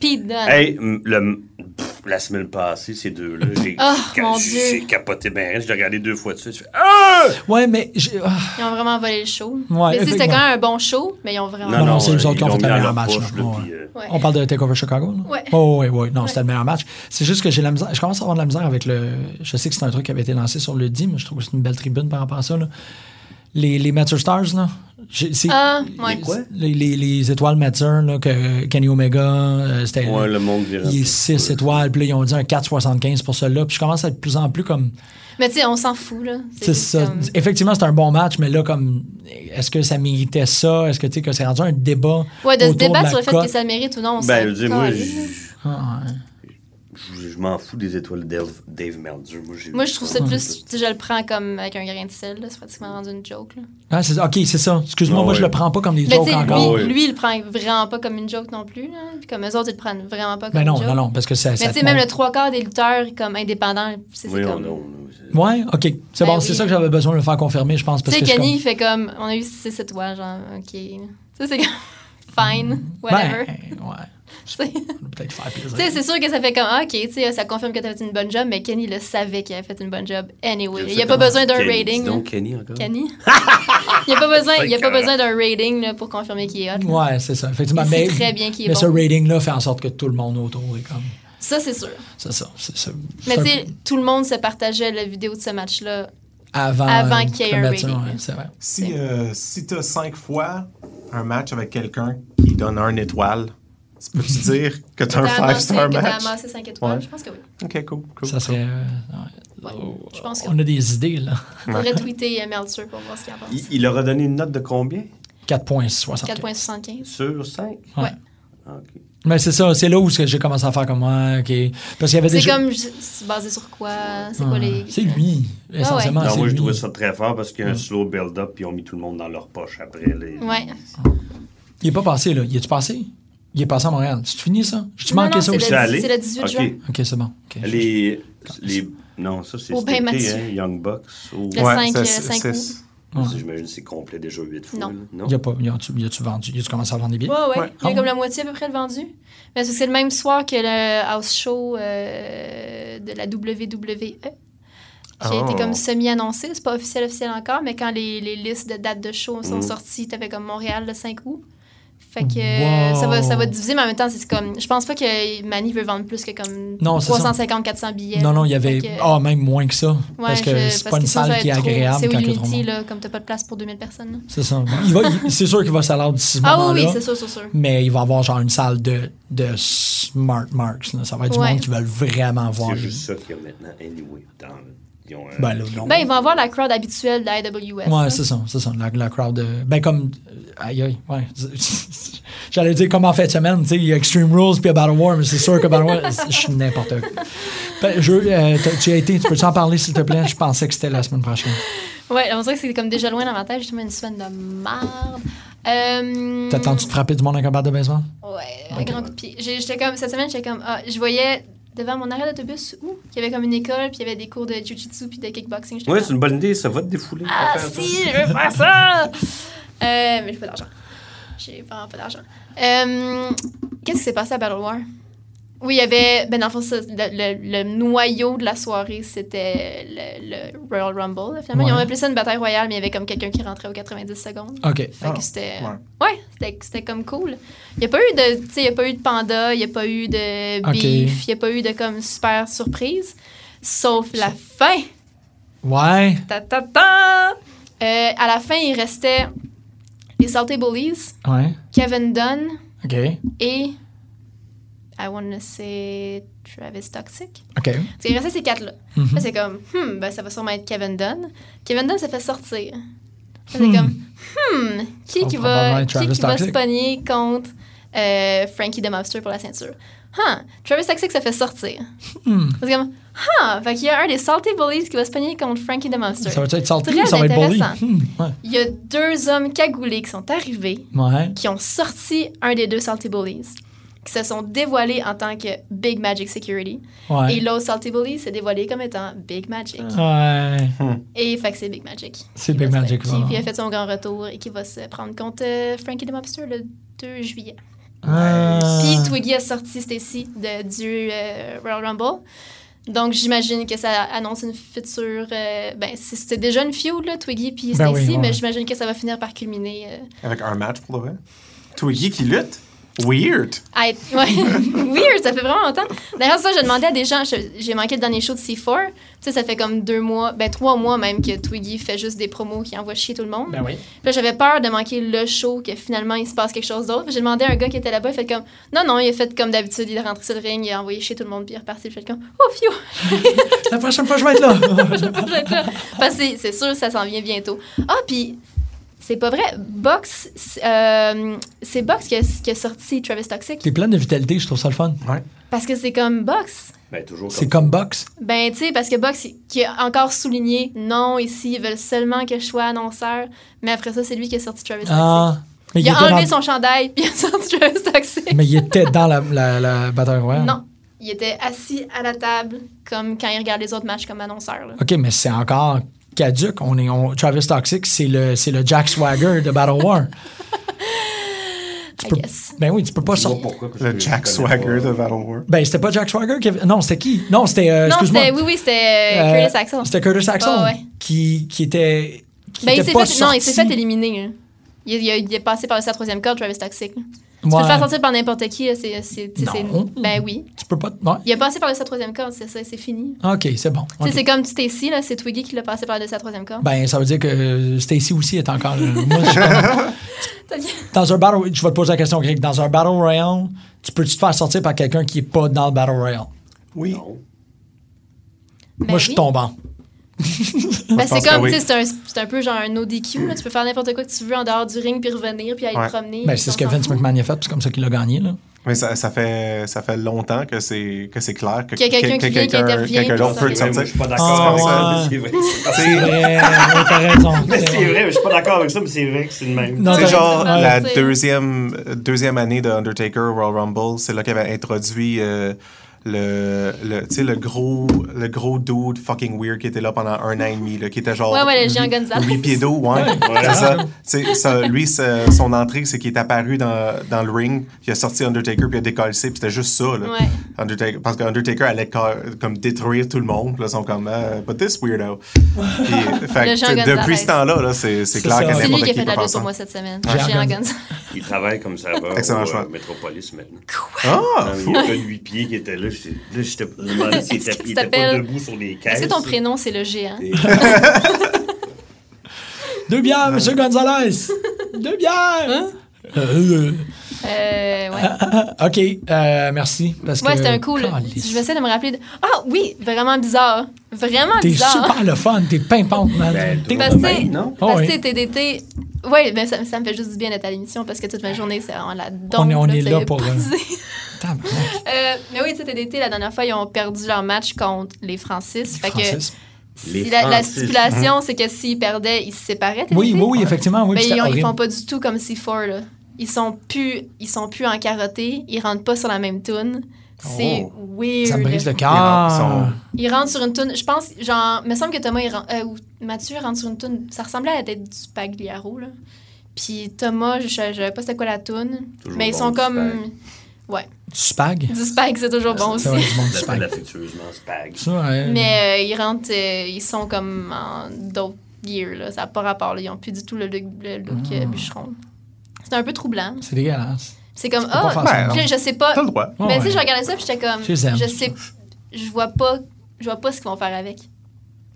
S5: Pete Dunne.
S4: Hey, m- le, pff, la semaine passée, ces
S5: (laughs)
S4: deux-là, j'ai
S5: Oh,
S4: ca-
S5: mon
S4: j'ai-
S5: Dieu.
S4: j'ai capoté bien raide. Je l'ai regardé deux fois dessus. Je fais Ah!
S3: Ouais, mais. j'ai- ah,
S5: Ils ont vraiment volé le show.
S3: Ouais,
S5: Mais tu sais, c'était
S3: effectivement.
S5: quand même un bon show, mais ils ont vraiment.
S3: non, c'est eux autres qui ont
S4: Ah! ils
S3: fait
S4: l'ont
S3: la meilleure
S4: mis dans leur
S3: match,
S4: poche,
S3: là.
S4: là,
S3: Ouais.
S4: puis, euh,
S5: Ouais.
S3: On parle de Takeover Chicago, là?
S5: Ouais.
S3: Oh, ouais, ouais. Non, c'était
S5: Ouais.
S3: le meilleur match. C'est juste que j'ai la misère. Je commence à avoir de la misère avec le. Je sais que c'est un truc qui avait été lancé sur le 10, mais je trouve que c'est une belle tribune par rapport à ça, là. Les, les Matter Stars, là. J'ai- c'est-
S5: Ah, ouais.
S4: Les quoi?
S3: Les, les- les étoiles Matter, là, que Kenny Omega, euh, c'était.
S4: Ouais, le monde vire un
S3: Il est
S4: peu.
S3: 6 étoiles, puis là, ils ont dit un 4,75 pour cela. Puis je commence à être de plus en plus comme.
S5: Mais tu sais, on s'en fout, là.
S3: C'est
S5: juste
S3: ça.
S5: comme-
S3: Effectivement, c'est un bon match, mais là, comme, est-ce que ça méritait ça? Est-ce que, tu sais, que c'est rendu un débat?
S5: Ouais, de se
S3: autour
S5: débattre
S3: la
S5: sur le fait
S3: cote?
S5: que ça le mérite ou non,
S4: Ben,
S5: on
S4: je
S5: s'en
S4: veux dire, moi,
S5: calisse.
S4: je-
S3: Ah, ouais.
S4: je je m'en fous des étoiles Dave, Dave Meldur. Moi, j'ai-
S5: Moi, je trouve ça plus. tu sais, Je le prends comme avec un grain de sel, là, c'est pratiquement rendu une joke, là.
S3: Ah, c'est ça. OK, c'est ça. Excuse-moi,
S4: Ah
S3: moi, je
S4: ouais.
S3: le prends pas comme des
S5: Mais tu
S3: jokes
S5: sais,
S3: encore.
S4: Ah
S5: lui,
S4: oui.
S5: lui, il le prend vraiment pas comme une joke non plus, là. Puis comme eux autres, ils le prennent vraiment pas comme
S3: Mais Ben
S5: une
S3: non,
S5: joke.
S3: non, non, parce que ça.
S5: Mais
S3: ça
S5: tu sais,
S3: te
S5: même le
S3: montre-
S5: trois quarts des lutteurs, comme indépendants, c'est c'est
S4: Oui, on,
S5: comme.
S4: on-
S3: Ouais, OK. C'est
S5: Ben
S3: bon, c'est
S5: oui.
S3: ça que j'avais besoin de le faire confirmer, je pense.
S5: Tu
S3: Parce
S5: sais,
S3: que je suis
S5: Kenny, il fait comme. On a eu 6 étoiles, genre, OK. Tu sais, c'est comme. (laughs) Fine,
S3: comme-
S5: whatever.
S3: Ben, ouais.
S5: (laughs) Tu sais.
S3: On peut Peut-être faire plaisir.
S5: Tu sais, c'est sûr que ça fait comme, ah, ok, tu sais, ça confirme que t'as fait une bonne job, mais Kenny le savait qu'il avait fait une bonne job anyway. Il n'y a pas besoin d'un
S4: Kenny,
S5: rating.
S4: dis
S5: là.
S4: donc, Kenny, encore.
S5: Kenny.
S3: (laughs)
S5: Il n'y a pas besoin, il y a pas
S4: Cinq
S5: besoin d'un rating là, pour confirmer qu'il est hot. là.
S3: Ouais, c'est ça. Effectivement,
S5: Il
S3: mais,
S5: sait très bien qu'il est
S3: mais ce
S5: bon.
S3: rating-là fait en sorte que tout le monde autour est comme.
S5: Ça, c'est sûr.
S3: C'est ça. C'est ça. C'est
S5: Mais tu
S3: un-
S5: sais, tout le monde se partageait la vidéo de ce match-là.
S3: avant,
S5: avant qu'il y ait un
S3: combattre ça,
S5: rating,
S3: ouais,
S5: là.
S3: c'est vrai.
S6: Si, euh, si tu as cinq fois un match avec quelqu'un qui donne un étoile, tu peux-tu
S5: (laughs)
S6: dire que tu as un
S5: T'as amassé-
S6: 5-star
S5: que t'as
S6: match?
S5: amassé 5 étoiles,
S6: Ouais.
S5: je pense que oui.
S6: Ok, cool. cool.
S3: Ça serait. euh, ouais.
S5: Ouais, je pense
S3: On a des idées, là.
S5: Faudrait tweeter euh, Meltzer pour voir ce qu'il en pense.
S4: Il, il leur a donné une note de combien
S3: 4,75.
S5: 4.75.
S4: Sur 5
S3: Ouais.
S4: OK.
S3: Mais c'est ça, c'est là où ce que j'ai commencé à faire comme moi, ok. Parce qu'il y avait
S5: C'est
S3: déjà.
S5: comme, je- c'est basé sur quoi? C'est quoi les...
S3: Ah,
S5: Ah
S3: C'est lui, essentiellement.
S4: Non,
S3: Ah, c'est
S4: moi, je
S3: lui.
S4: trouvais ça très fort parce qu'il y a un slow build-up puis ils ont mis tout le monde dans leur poche après. Les...
S5: Ouais.
S3: Il est pas passé, là. Il est-tu passé? Il est passé à Montréal. C'est fini, ça? J'ai-tu
S5: Non,
S3: manqué
S5: non,
S3: ça
S5: c'est
S3: aussi?
S5: le-
S4: allé?
S5: c'est le 18
S4: OK.
S5: juin.
S3: OK, c'est bon. OK, je-
S4: Les, les... Non, ça, c'est
S5: Au
S4: cet
S5: bain
S4: été,
S5: Mathieu.
S4: hein, Young Bucks. Au...
S5: Le cinq,
S6: ça,
S5: euh,
S6: c'est-
S5: cinq
S6: c'est-
S5: coups.
S4: Parce que J'imagine que c'est complet déjà 8 fois.
S5: Non.
S4: là.
S3: Il y a pas... il a-tu- il a-tu vendu? Il a-tu commencé à vendre des billets?
S5: Ouais, ouais.
S6: Ouais.
S5: Il
S3: Ah
S5: y a comme
S3: ouais.
S5: la moitié à peu près le vendu. Mais c'est c'est le même soir que le house show euh, de la WWE. Qui a
S6: Oh.
S5: été comme semi-annoncé. C'est pas officiel, officiel encore, mais quand les, les listes de dates de show sont
S4: Mm.
S5: sorties, t'avais comme Montréal le 5 août. Fait que euh,
S3: Wow.
S5: ça, va, ça va diviser, mais en même temps, c'est comme. Je pense pas que Manny veut vendre plus que comme
S3: Non, c'est ça.
S5: 350-400 billets.
S3: Non, non, il y avait.
S5: Fait que-
S3: Ah, même moins que ça. parce que
S5: je-
S3: c'est
S5: parce
S3: pas une
S5: sinon, ça
S3: salle
S5: va
S3: qui est
S5: être trop-
S3: agréable
S5: C'est
S3: quand
S5: au
S3: il y a trop de
S5: Unity,
S3: monde.
S5: là, comme t'as pas de place pour 2000 personnes. là.
S3: C'est ça. Il va- il- c'est sûr qu'il va s'alarder d'ici ce
S5: Ah oui,
S3: moment-là.
S5: oui, c'est sûr, c'est sûr.
S3: mais il va avoir genre une salle de, de smart marks. là. Ça va être du
S5: Ouais.
S3: monde qui veulent vraiment voir.
S4: C'est
S3: les-
S4: juste ça qu'il y a maintenant. Anyway, dans... ils ont un...
S3: Ben, là, non.
S5: Ben, ils vont avoir la crowd habituelle de la AWS.
S3: Ouais,
S5: là.
S3: c'est ça, c'est ça. La, la crowd. euh, ben, comme. euh, Aïe, aïe, ouais. (laughs) J'allais dire comme en fin de semaine, tu sais, il y a Extreme Rules puis il y a Battle War, mais c'est sûr que Battle
S5: (laughs)
S3: War, je suis n'importe quoi. Ben, je, euh, t'as- tu as été, tu peux t'en parler, s'il te plaît? Je pensais que c'était la semaine prochaine.
S5: Ouais, on dirait que c'est comme déjà loin dans ma tête. J'ai tellement une semaine de merde. Euh,
S3: T'attends-tu de frapper du monde avec un bat de baseball?
S5: Ouais, un grand coup de pied. J'ai- J'étais comme, cette semaine, j'étais comme, ah, je voyais devant mon arrêt d'autobus où qu'il y avait comme une école, puis il y avait des cours de jiu-jitsu puis de kickboxing. J'étais
S4: Ouais, c'est
S5: comme,
S4: une bonne idée, ça va te défouler.
S5: ah,
S4: faire ça.
S5: si, je veux faire ça! Euh, mais j'ai pas d'argent. J'ai vraiment pas d'argent. Euh, Qu'est-ce qui s'est passé à Battle War? Oui, il y avait, ben, dans le fond, ça, le, le- le noyau de la soirée, c'était le, le Royal Rumble. là, Finalement, ils ont
S3: Ouais.
S5: appelé ça une bataille royale, mais il y avait comme quelqu'un qui rentrait aux 90 secondes.
S3: Ok.
S5: Fait
S6: Ah,
S5: que c'était.
S6: ouais.
S5: Ouais, c'était- c'était comme cool. Il n'y a pas eu de. Tu sais, il y a pas eu de panda, il n'y a pas eu de
S3: Ok.
S5: beef, il n'y a pas eu de comme super surprise. Sauf la fin.
S3: Ouais.
S5: Ta ta ta! Euh, à la fin, il restait les Salty Bullies,
S3: Ouais.
S5: Kevin Dunn
S3: Ok.
S5: et. I wanna say Travis Toxic.
S3: Ok.
S5: Parce qu'il restait ces quatre-là.
S3: Mhm.
S5: Là, c'est comme, hmm, ben, ça va sûrement être Kevin Dunn. Kevin Dunn s'est fait sortir. Là, c'est comme, hmm, qui,
S3: Ça va Oh,
S5: qui
S3: probablement
S5: va,
S3: être
S5: qui,
S3: Travis
S5: qui va se
S3: Toxic.
S5: pogner contre euh, Frankie the Mobster pour la ceinture? Huh, Travis Toxic s'est fait sortir.
S3: Hmm.
S5: C'est comme, huh, fait qu'il y a un des Salty Bullies qui va se pogner contre Frankie the Mobster.
S3: Ça va être salty
S5: Très
S3: ou ça va être bully?
S5: intéressant.
S3: Hmm, Ouais.
S5: Il y a deux hommes cagoulés qui sont arrivés,
S3: Ouais.
S5: qui ont sorti un des deux Salty Bullies, qui se sont dévoilés en tant que Big Magic Security.
S3: Ouais.
S5: Et l'autre Salty Bully s'est dévoilé comme étant Big Magic.
S3: Ouais.
S5: Et fait que c'est Big Magic.
S3: C'est
S5: Qui
S3: Big
S5: va se-
S3: Magic,
S5: Qui,
S3: voilà.
S5: qui a fait son grand retour et qui va se prendre compte euh, Frankie the Mobster le 2 juillet.
S3: Ah.
S5: Puis Twiggy a sorti Stacy de- du euh, Royal Rumble. Donc j'imagine que ça annonce une future. euh, ben, c'est c'est déjà une feud, là, Twiggy puis
S3: Ben oui,
S5: Stacy,
S3: ouais.
S5: mais j'imagine que ça va finir par culminer. euh,
S6: Avec un match pour le vrai. Twiggy qui lutte? Weird!
S5: à être- ouais. (laughs) Weird, ça fait vraiment longtemps. D'ailleurs, ça, je demandais à des gens, je- j'ai manqué le dernier show de C4. Tu sais, ça fait comme deux mois, ben trois mois même que Twiggy fait juste des promos qui envoie chier tout le monde.
S3: Ben oui.
S5: Puis là, j'avais peur de manquer le show, que finalement, il se passe quelque chose d'autre. Puis J'ai demandé à un gars qui était là-bas, il fait comme, non, non, il a fait comme d'habitude, il est rentré sur le ring, il a envoyé chier tout le monde, puis il est reparti. Puis J'ai fait comme, oh, fio,
S3: Ah. La prochaine fois, je vais être là. (laughs)
S5: je vais être là. Parce que c'est- c'est sûr, ça s'en vient bientôt. Ah, puis, c'est pas vrai, Box, c'est, euh, c'est Box qui a, qui a sorti Travis Toxic,
S3: T'es plein de vitalité, je trouve ça le fun.
S5: parce que c'est comme Box.
S4: Ben, toujours
S3: C'est
S4: comme.
S3: comme box.
S5: Ben, tu sais, parce que Box, qui a encore souligné, non, ici, ils veulent seulement que je sois annonceur. Mais après ça, c'est lui qui a sorti Travis Toxic.
S3: Ah, mais
S5: Il, a
S3: était
S5: enlevé
S3: dans-
S5: son chandail, (laughs) puis il a sorti Travis Toxic.
S3: Mais il était dans la, la, la Battle Royale.
S5: Non, il était assis à la table, comme quand il regarde les autres matchs comme annonceur. là.
S3: OK, mais c'est encore caduque. On est, on- Travis Toxic, c'est le, c'est le Jack Swagger de Battle
S5: (laughs)
S3: War.
S5: I
S3: peux-
S5: guess.
S3: Ben oui, tu peux pas
S4: Je sais
S3: sortir.
S4: pas pourquoi que je- je
S6: Le Jack
S4: connais
S6: Swagger
S4: pas.
S6: de Battle War.
S3: Ben, c'était pas Jack Swagger qui avait- Non, c'était qui? Non, c'était... euh,
S5: non,
S3: excuse-moi.
S5: c'était, oui, oui, c'était euh,
S3: Euh,
S5: Curtis Axel.
S3: C'était Curtis Axel
S5: Ouais, ouais.
S3: qui, qui était... qui
S5: Ben, il
S3: était
S5: s'est
S3: pas
S5: fait, non, il s'est
S3: sorti.
S5: fait éliminer. là. Il, il a- il est passé par sa troisième corde, Travis Toxic. là. Tu peux
S3: Ouais,
S5: le faire sortir par n'importe qui, là, c'est, c'est, tu sais, c'est-
S3: Non.
S5: Ben oui.
S3: tu peux pas... ouais.
S5: Il a passé par sa troisième corde, c'est ça, c'est fini.
S3: OK, c'est bon.
S5: Tu
S3: OK.
S5: sais, C'est comme Stacy, là, c'est Twiggy qui l'a passé par de sa troisième corde.
S3: Ben, ça veut dire que euh, Stacy aussi est encore...
S5: (laughs)
S3: euh, moi, je suis comme-
S6: Bah,
S5: T'as dit-
S3: dans un battle... Je vais te poser la question, Greg. Dans un Battle Royale, tu peux-tu te faire sortir par quelqu'un qui est pas dans le Battle Royale?
S6: Oui.
S4: Non.
S5: Ben
S3: moi, je suis
S5: oui.
S3: tombant.
S5: Ben,
S6: pense
S5: c'est
S6: que
S5: comme,
S6: oui.
S5: tu sais, c'est un, c'est un peu genre un ODQ. là. Tu peux faire n'importe quoi que tu veux en dehors du ring puis revenir puis aller
S6: Ouais.
S5: te promener.
S3: Ben,
S5: puis
S3: c'est ce
S5: on
S3: que
S5: s'en
S3: Vince
S5: fout.
S3: McMahon a fait, puis c'est comme ça qu'il a gagné. Là.
S6: Mais ça, ça fait, ça fait longtemps que c'est, que c'est clair que,
S5: Qu'il y a quelqu'un
S6: que-
S5: qui
S6: que
S5: vient, qui
S6: quelqu'un-
S5: intervient,
S6: quelqu'un
S5: qui
S6: d'autre peut
S5: sort.
S6: le
S4: C'est vrai, moi,
S6: sortir.
S4: je suis pas
S3: Ah,
S4: d'accord avec ça.
S3: ouais.
S4: mais C'est vrai. C'est vrai.
S3: Mais, euh, t'as raison.
S4: (laughs) Mais (laughs) c'est vrai, je suis pas d'accord avec ça, mais c'est vrai que c'est le même.
S3: Non,
S6: C'est
S5: ben,
S3: t'as-
S6: genre
S5: Ouais.
S6: la
S5: Ouais.
S6: deuxième, euh, deuxième année de Undertaker Royal Rumble, c'est là qu'il avait introduit euh, le, le, tu sais, le, gros, le gros dude fucking weird qui était là pendant un an et demi, là, qui était genre
S5: Ouais, ouais, le géant
S6: huit-
S5: Gonzalez.
S6: huit pieds d'eau, ouais. C'est ça. Tu sais, ça, lui, c'est- son entrée, c'est qu'il est apparu dans, dans le ring, il a sorti Undertaker, puis il a décollé, puis c'était juste ça. Là.
S5: Ouais.
S6: Undertaker, parce que Undertaker allait ca- comme détruire tout le monde. Là, ils sont comme, euh, but this weirdo.
S5: (laughs)
S6: Puis, fait que,
S5: Le
S6: tu
S5: Jean
S6: sais, depuis
S5: Gonzalez.
S6: ce temps-là, là, c'est c'est
S3: C'est
S6: clair
S3: ça.
S6: que
S5: C'est lui
S6: n'importe
S5: qui
S6: qui
S5: a fait
S6: peut
S5: de la
S6: faire
S5: lutte
S6: ça.
S5: pour moi cette semaine.
S3: Ouais.
S5: Géant
S3: Gonz-
S5: Gonz-
S4: Il travaille comme ça va
S6: Excellent
S4: au, euh,
S6: choix.
S4: Métropolis maintenant.
S6: Ah,
S4: Non, mais
S6: fou.
S4: il y a un gars de huit pieds qui était là. j'étais- Là, je te demandais s'il
S5: (laughs) Est-ce
S4: était,
S5: que
S4: il
S5: tu
S4: était pas
S5: t'appelles-
S4: debout sur les
S6: Ben
S4: caisses.
S5: Est-ce que ton prénom, c'est le géant?
S4: Et-
S3: Deux bières, monsieur Gonzalez! Deux bières!
S5: Hein?
S3: Euh,
S5: Euh, ouais.
S3: euh, OK, euh, merci. Parce
S5: Ouais,
S3: que,
S5: c'était un cool.
S3: Calice.
S5: Je vais essayer de me rappeler. de- Ah oui, vraiment bizarre. Vraiment
S3: T'es
S5: bizarre.
S3: super le fun, t'es pimpante, man.
S4: Ben,
S3: T'es-
S4: tout
S5: Parce que-
S4: de même, non?
S3: Ah
S5: Parce
S3: ouais.
S5: que TDT. Oui, mais ben, ça, ça me fait juste du bien d'être à l'émission parce que toute ma journée, c'est on la donne.
S3: on est là
S5: c'est
S3: pour, euh,
S5: brisé.
S3: Tabarnak.
S5: Euh, mais oui, tu sais, TDT, la dernière fois, ils ont perdu leur match contre les Francis. Fait que
S3: Francis. Mhm.
S5: si
S4: Les
S5: la, la
S4: Francis.
S5: stipulation, c'est que s'ils perdaient, ils se séparaient. TDT.
S3: Oui, oui, oui, effectivement. Oui,
S5: Mais
S3: puis c'était
S5: Ben, ils, ont- ils
S3: horrible.
S5: font pas du tout comme C4, là. Ils sont plus, ils sont plus en carotté, ils rentrent pas sur la même tune. C'est
S6: Oh.
S5: weird.
S3: Ça me brise le
S6: Ils
S3: cœur.
S6: sont-
S5: Ils rentrent sur une tune, je pense, genre, me semble que Thomas il ren- euh, ou Mathieu rentre sur une tune, ça ressemblait à la tête du Pagliaro, là. Puis Thomas, je, je sais pas c'était quoi la tune,
S4: Toujours
S5: mais ils
S4: bon,
S5: sont
S4: du
S5: comme
S3: Du spag.
S5: du spike, c'est toujours bon aussi.
S3: Ça va du monde du
S4: Je
S3: spag.
S4: l'appelle affectueusement Spag.
S3: Ça, ouais.
S5: Mais euh, ils rentrent, euh, ils sont comme en d'autres gear, là. Ça n'a pas rapport, là. Ils ont plus du tout le look, le look,
S3: Ah.
S5: euh, bûcheron. C'est un peu troublant.
S3: C'est dégueulasse.
S5: C'est comme,
S3: pas
S5: ah,
S3: faire ça,
S6: ben,
S5: puis là, je sais pas.
S6: T'as le droit.
S3: Ouais,
S5: mais tu
S3: ouais.
S5: sais, je regardais ça, puis j'étais comme,
S3: Je les aime.
S5: je sais, je vois pas, je vois pas ce qu'ils vont faire avec.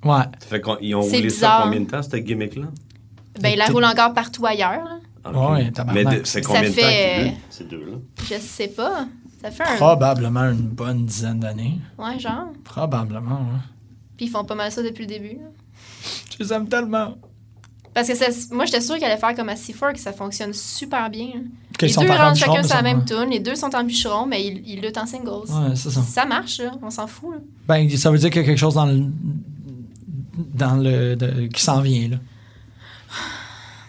S3: Ouais.
S4: Ça fait qu'on- ils ont
S5: C'est
S4: roulé ça
S5: bizarre.
S4: combien de temps, ce gimmick-là?
S5: Ben, ils la roulent encore partout ailleurs, là.
S4: Ah,
S3: Ouais,
S4: ok.
S3: tabarnak.
S4: Mais de- c'est
S5: Ça
S4: combien de temps
S5: fait- euh,
S4: qu'ils luttent, ces deux-là?
S5: Je sais pas. Ça fait un.
S3: Probablement une bonne dizaine d'années.
S5: Ouais, genre.
S3: Probablement, ouais.
S5: Puis ils font pas mal ça depuis le début. là.
S3: Je les aime tellement.
S5: Parce que ça, moi, j'étais sûre qu'elle allait faire comme à C4, que ça fonctionne super bien. là.
S3: Qu'ils
S5: les
S3: sont
S5: deux
S3: en
S5: rentrent
S3: bûcheron,
S5: chacun
S3: mais
S5: sur la
S3: sont-
S5: même tune, les deux sont en bûcheron, mais ils, ils luttent en singles.
S3: Ouais, c'est ça.
S5: Ça marche, là. On s'en fout, là.
S3: Ben, ça veut dire qu'il y a quelque chose dans le. Dans le de- qui s'en vient, là.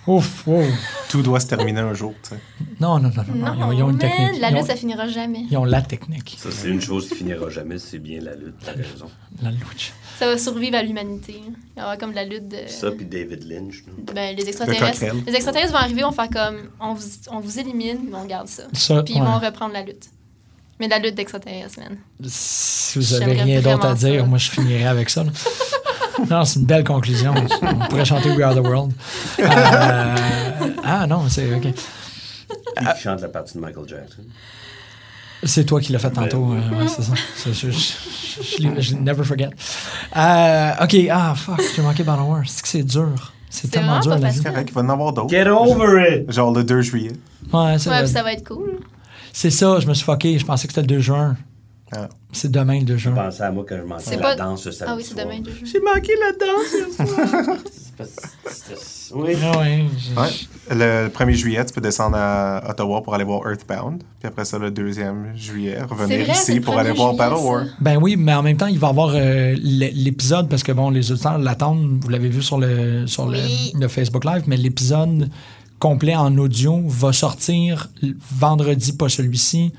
S3: Ouf, wow.
S6: Tout doit se terminer un jour, tu sais.
S3: Non, non, non, non. non, Ils, ont,
S5: Non,
S3: ils ont une
S5: man,
S3: technique.
S5: la
S3: Ils ont-
S5: lutte, ça finira jamais.
S3: ils ont la technique.
S4: Ça, c'est une chose qui finira jamais, c'est bien la lutte, t'as raison.
S3: La louche.
S5: Ça va survivre à l'humanité. hein. Il va y avoir comme la lutte de.
S4: Ça, puis David Lynch. là.
S5: Ben, les
S6: Le
S5: extraterrestres.
S6: cocktail.
S5: les extraterrestres vont arriver, vont faire comme on vous, on vous élimine, mais on garde ça.
S3: Ça,
S5: Puis
S3: ouais.
S5: ils vont reprendre la lutte. Mais la lutte d'extraterrestres, man.
S3: si vous avez
S5: J'aimerais
S3: rien d'autre à
S5: vraiment
S3: dire,
S5: ça.
S3: moi, je finirai avec
S5: (laughs)
S3: ça. là. non, c'est une belle conclusion. On pourrait chanter We Are the World. Euh, ah non, c'est OK.
S4: Puis qui chante la partie de Michael Jackson.
S3: C'est toi qui l'as fait tantôt. euh, ouais, c'est ça. C'est- je, je- je- je l'ai- je l'ai- never forget. Euh, OK. Ah, fuck. J'ai manqué Banner C'est que c'est dur. C'est
S5: C'est
S3: tellement
S5: vraiment
S3: dur,
S5: pas
S3: la vie.
S5: facile.
S6: Correct, il va en avoir d'autres.
S4: Get over it!
S6: Genre le 2 juillet.
S3: Ouais, c'est
S5: Ouais,
S3: vrai.
S5: puis ça va être cool.
S3: C'est ça, je me suis fucké. Je pensais que c'était le 2 juin.
S6: Ah.
S3: C'est demain, le 2 juin.
S4: Pensez à moi quand je manquais
S5: C'est
S4: la
S5: pas-
S4: danse ce samedi
S5: Ah oui, c'est
S4: soir.
S5: demain, le jeu.
S4: J'ai manqué la danse ce soir. (laughs) C'est pas- c'est- c'est- oui.
S3: Ah ouais, je-
S6: Ouais. Le 1er juillet, tu peux descendre à Ottawa pour aller voir Earthbound. Puis après ça, le 2e juillet,
S5: C'est
S6: revenir
S5: vrai, c'est
S6: ici
S5: le
S6: pour aller voir
S5: 1er
S6: Battle
S5: juillet,
S6: War.
S5: ça.
S3: Ben oui, mais en même temps, il va y avoir euh, l'é- l'épisode, parce que bon, les auditeurs l'attendent, vous l'avez vu sur le, sur le-
S5: Oui.
S3: le, Facebook Live, mais l'épisode complet en audio va sortir l- vendredi, pas celui-ci,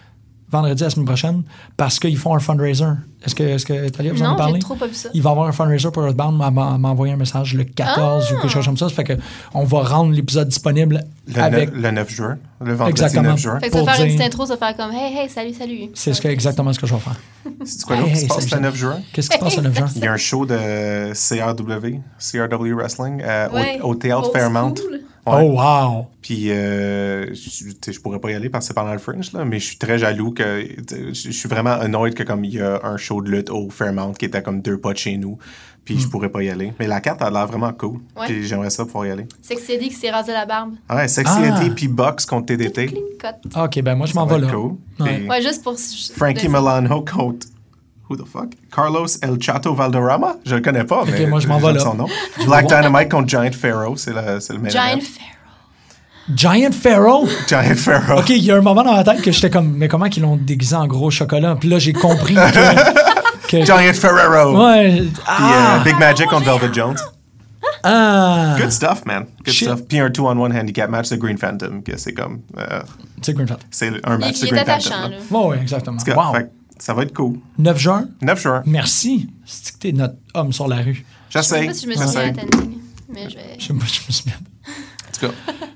S3: vendredi la semaine prochaine, parce qu'ils font un fundraiser. Est-ce que, est-ce que Thalia, vous en
S5: Non,
S3: avez parlé?
S5: j'ai trop pas vu ça.
S3: Il va y avoir un fundraiser pour Earthbound, m'a- m'a m'a envoyé un message le 14
S5: Ah!
S3: ou quelque chose comme ça. Ça fait que on va rendre l'épisode disponible
S6: Le,
S3: avec...
S6: 9, le 9 juin. Le vendredi
S3: Exactement.
S6: 9 juin.
S5: Fait que ça
S3: Pour
S5: va faire une
S3: dire-
S5: petite intro, ça va faire comme Hey, hey, salut, salut.
S3: C'est ce que, exactement ce que je vais faire.
S6: C'est quoi d'autre
S3: Hey,
S6: qui se
S3: hey,
S6: passe
S3: ça
S6: le
S3: me-
S6: 9 juin?
S3: Qu'est-ce qui se
S5: (laughs)
S3: passe le 9 juin?
S6: Il y a un show de CRW, CRW Wrestling, euh, au-
S5: Ouais.
S6: au, Théâtre
S5: Old
S6: Fairmount.
S5: school.
S6: Ouais.
S3: Oh, wow!
S6: Puis, euh, je, tu sais, je pourrais pas y aller parce que c'est pendant le Fringe, là, mais je suis très jaloux que. tu sais, Je je suis vraiment annoyed que, comme il y a un show de lutte au Fairmount qui était comme deux pas de chez nous, puis je pourrais pas y aller. Mais la carte a l'air vraiment cool,
S5: Hmm. Ouais.
S6: puis j'aimerais ça pouvoir y aller.
S5: C'est que c'est dit qu'il s'est rasé la barbe.
S6: Ah Ouais, Sexy
S3: Ah.
S6: Eddie puis Box contre TDT.
S5: Clincote.
S3: OK, ben moi, je
S6: Ça
S3: m'en
S6: va
S3: vais
S6: être
S3: là.
S6: cool.
S3: Ouais.
S6: Puis
S5: Ouais, juste pour. de-
S6: Frankie Milano contre. Who the fuck? Carlos El Chato Valderrama? Je le connais pas, mais.
S3: moi, je m'en vais
S6: j'aime
S3: là.
S6: son nom. Black Dynamite contre Giant Pharaoh, c'est le, c'est le même.
S5: Giant
S6: event.
S5: Pharaoh.
S3: Giant Pharaoh!
S6: Giant Pharaoh.
S3: OK, il y a un moment dans ma tête que j'étais comme, mais comment qu'ils l'ont déguisé en gros chocolat? Puis là, j'ai compris
S6: (laughs)
S3: que. que-
S6: Giant Ferrero.
S3: Ouais.
S6: Puis, euh,
S3: Ah!
S6: Big Magic contre Velvet Jones.
S3: ah.
S6: Good stuff, man. Good
S3: Shit.
S6: stuff. Puis un two-on-one handicap match de Green Phantom, que c'est comme. euh,
S3: C'est Green Fat.
S6: c'est un match
S5: Il, il
S6: de
S5: est
S6: Green
S5: attachant,
S6: Phantom.
S5: là.
S6: là.
S3: Ouais, ouais, exactement.
S6: Que-
S3: Wow.
S6: fait que ça va être cool.
S3: 9 juin,
S6: 9 juin.
S3: merci. C'est que t'es notre homme sur la rue.
S5: Je sais
S6: J'essaie.
S5: pas si je me
S6: J'essaie.
S5: souviens attending, mais je vais.
S3: Je sais pas, je me suis mis
S6: En tout cas,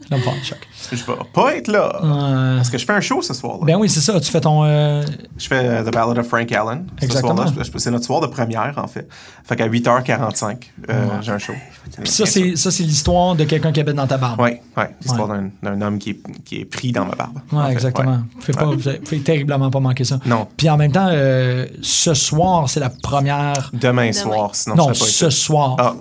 S3: là me faire un choc.
S6: je vais pas être là.
S3: Euh,
S6: Parce que je fais un show ce soir-là.
S3: ben oui, c'est ça. Tu fais ton. euh,
S6: Je fais euh, The Ballad of Frank Allen. ce
S3: Exactement.
S6: soir-là. Je- je- C'est notre soir de première, en fait. Fait qu'à 8h45, euh, j'ai un show.
S3: Puis ça, c'est ça, c'est l'histoire de quelqu'un qui habite dans ta barbe.
S6: Oui, oui. L'histoire d'un- d'un homme qui est, qui est pris dans ma barbe.
S3: Ouais,
S6: en fait.
S3: exactement.
S6: Ouais.
S3: Fais pas, vous avez- fais terriblement pas manquer ça.
S6: Non.
S3: Puis en même temps, euh, ce soir, c'est la première.
S6: Demain, soir, sinon
S3: Non,
S6: je serais pas
S3: ce
S6: ici.
S3: soir.
S6: Ah,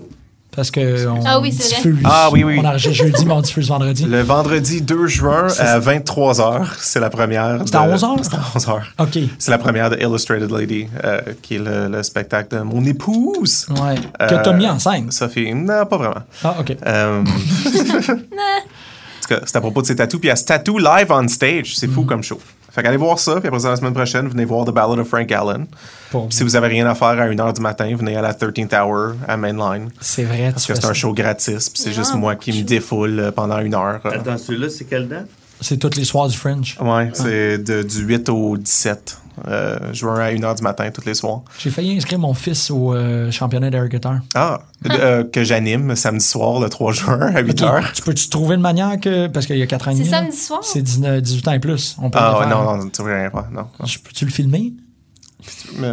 S3: Parce que on
S5: Ah oui, c'est vrai.
S3: diffuse.
S6: Ah oui, oui, oui.
S3: On enregistre jeudi, mais on diffuse vendredi.
S6: Le vendredi 2 juin à 23h, c'est la première.
S3: C'est à
S6: de-
S3: 11h?
S6: C'est à 11h.
S3: OK.
S6: C'est la première de Illustrated Lady, euh, qui est le, le spectacle de mon épouse.
S3: Ouais.
S6: Euh,
S3: que t'as mis en scène.
S6: Sophie, non, pas vraiment.
S3: Ah, OK. (laughs)
S6: Euh, (laughs) en tout cas, c'est à propos de ses tatous. Puis elle se tatoue live on stage. C'est
S3: Mm.
S6: fou comme show. Fait qu'allez voir ça. Puis après ça, la semaine prochaine, venez voir The Ballad of Frank Allen.
S3: Pour-
S6: Puis si vous avez rien à faire à 1h du matin, venez à la 13th Hour à Mainline.
S3: C'est vrai.
S6: Parce
S3: tu
S6: que
S3: fais
S6: c'est un
S3: ça.
S6: show gratis. Puis c'est juste
S5: Ah,
S6: moi qui me défoule euh, pendant une heure. euh.
S4: Attends, celui-là, c'est quelle date?
S3: C'est toutes les soirs du Fringe.
S6: Ouais, c'est de- du 8 au 17. Euh, juin à 1h du matin, tous les soirs.
S3: J'ai failli inscrire mon fils au euh, championnat d'air guitar.
S6: Ah, euh, que j'anime samedi soir, le 3 juin, à 8h.
S3: Tu peux-tu trouver une manière que. Parce qu'il y a 4 ans et
S5: C'est
S3: demi,
S5: samedi
S3: là,
S5: soir?
S3: C'est 19 18 ans et plus. On peut le
S6: Ah, ouais,
S3: faire.
S6: non, non, tu veux rien faire, non. non.
S3: Je peux-tu le filmer?
S6: Mais,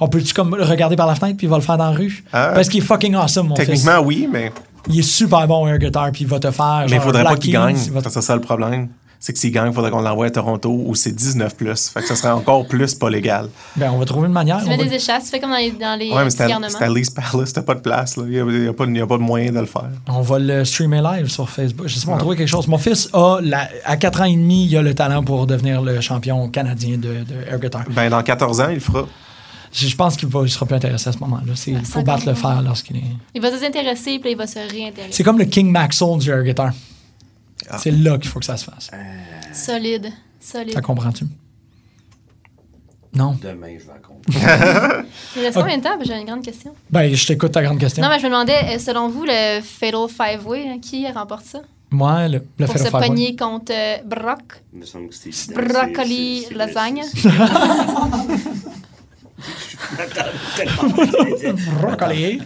S3: On peut-tu comme le regarder par la fenêtre puis il va le faire dans la rue?
S6: Ah.
S3: Parce qu'il est fucking awesome, mon fils.
S6: techniquement, oui, mais
S3: Il est super bon au air guitar puis il va te faire.
S6: Mais il
S3: genre,
S6: faudrait pas
S3: Black
S6: qu'il
S3: Keys,
S6: gagne.
S3: il va te-
S6: C'est ça le problème. C'est que s'il gagne, il faudrait qu'on l'envoie à Toronto où c'est 19 plus. Fait que ça serait encore plus pas légal.
S3: Ben, on va trouver une manière.
S5: Tu
S3: on
S5: mets
S3: va-
S5: des échasses, tu fais comme dans les, dans les
S6: Ouais, mais
S5: petits
S6: c'est à, c'est à
S5: garnements.
S6: Lee's Palace, t'as pas de place. là. Il n'y a, il y a pas de- il y a pas de moyen de le faire.
S3: On va le streamer live sur Facebook. Je sais pas, on trouve quelque chose. Mon fils a, la- à 4 ans et demi, il a le talent pour devenir le champion canadien de, de air guitar.
S6: Ben, dans 14 ans, il le fera.
S3: Je, je pense qu'il va, il sera plus intéressé à ce moment-là. C'est- Il faut
S5: cinq
S3: battre
S5: ans.
S3: le fer lorsqu'il est.
S5: Il va se désintéresser, puis là, il va se réintéresser.
S3: C'est comme le King Maxwell du air guitar.
S6: Ah.
S3: C'est là qu'il faut que ça se fasse.
S5: Solide. Solide.
S3: Ça comprends-tu? Non?
S4: Demain, je vais la comprendre.
S5: Il reste combien de temps? Parce que J'ai une grande question.
S3: Ben, je t'écoute ta grande question.
S5: Non, mais je me demandais, euh, selon vous, le Fatal Five Way, hein, qui remporte ça?
S3: Ouais, le, le
S5: pour
S3: fait
S5: se
S3: de faire
S5: pogner contre euh, Brock.
S4: Il me semble que c'est évident.
S5: Brocoli,
S4: C'est- c'est- c'est-
S5: lasagne.
S3: (laughs)
S4: c'est- c'est-
S3: Brocoli.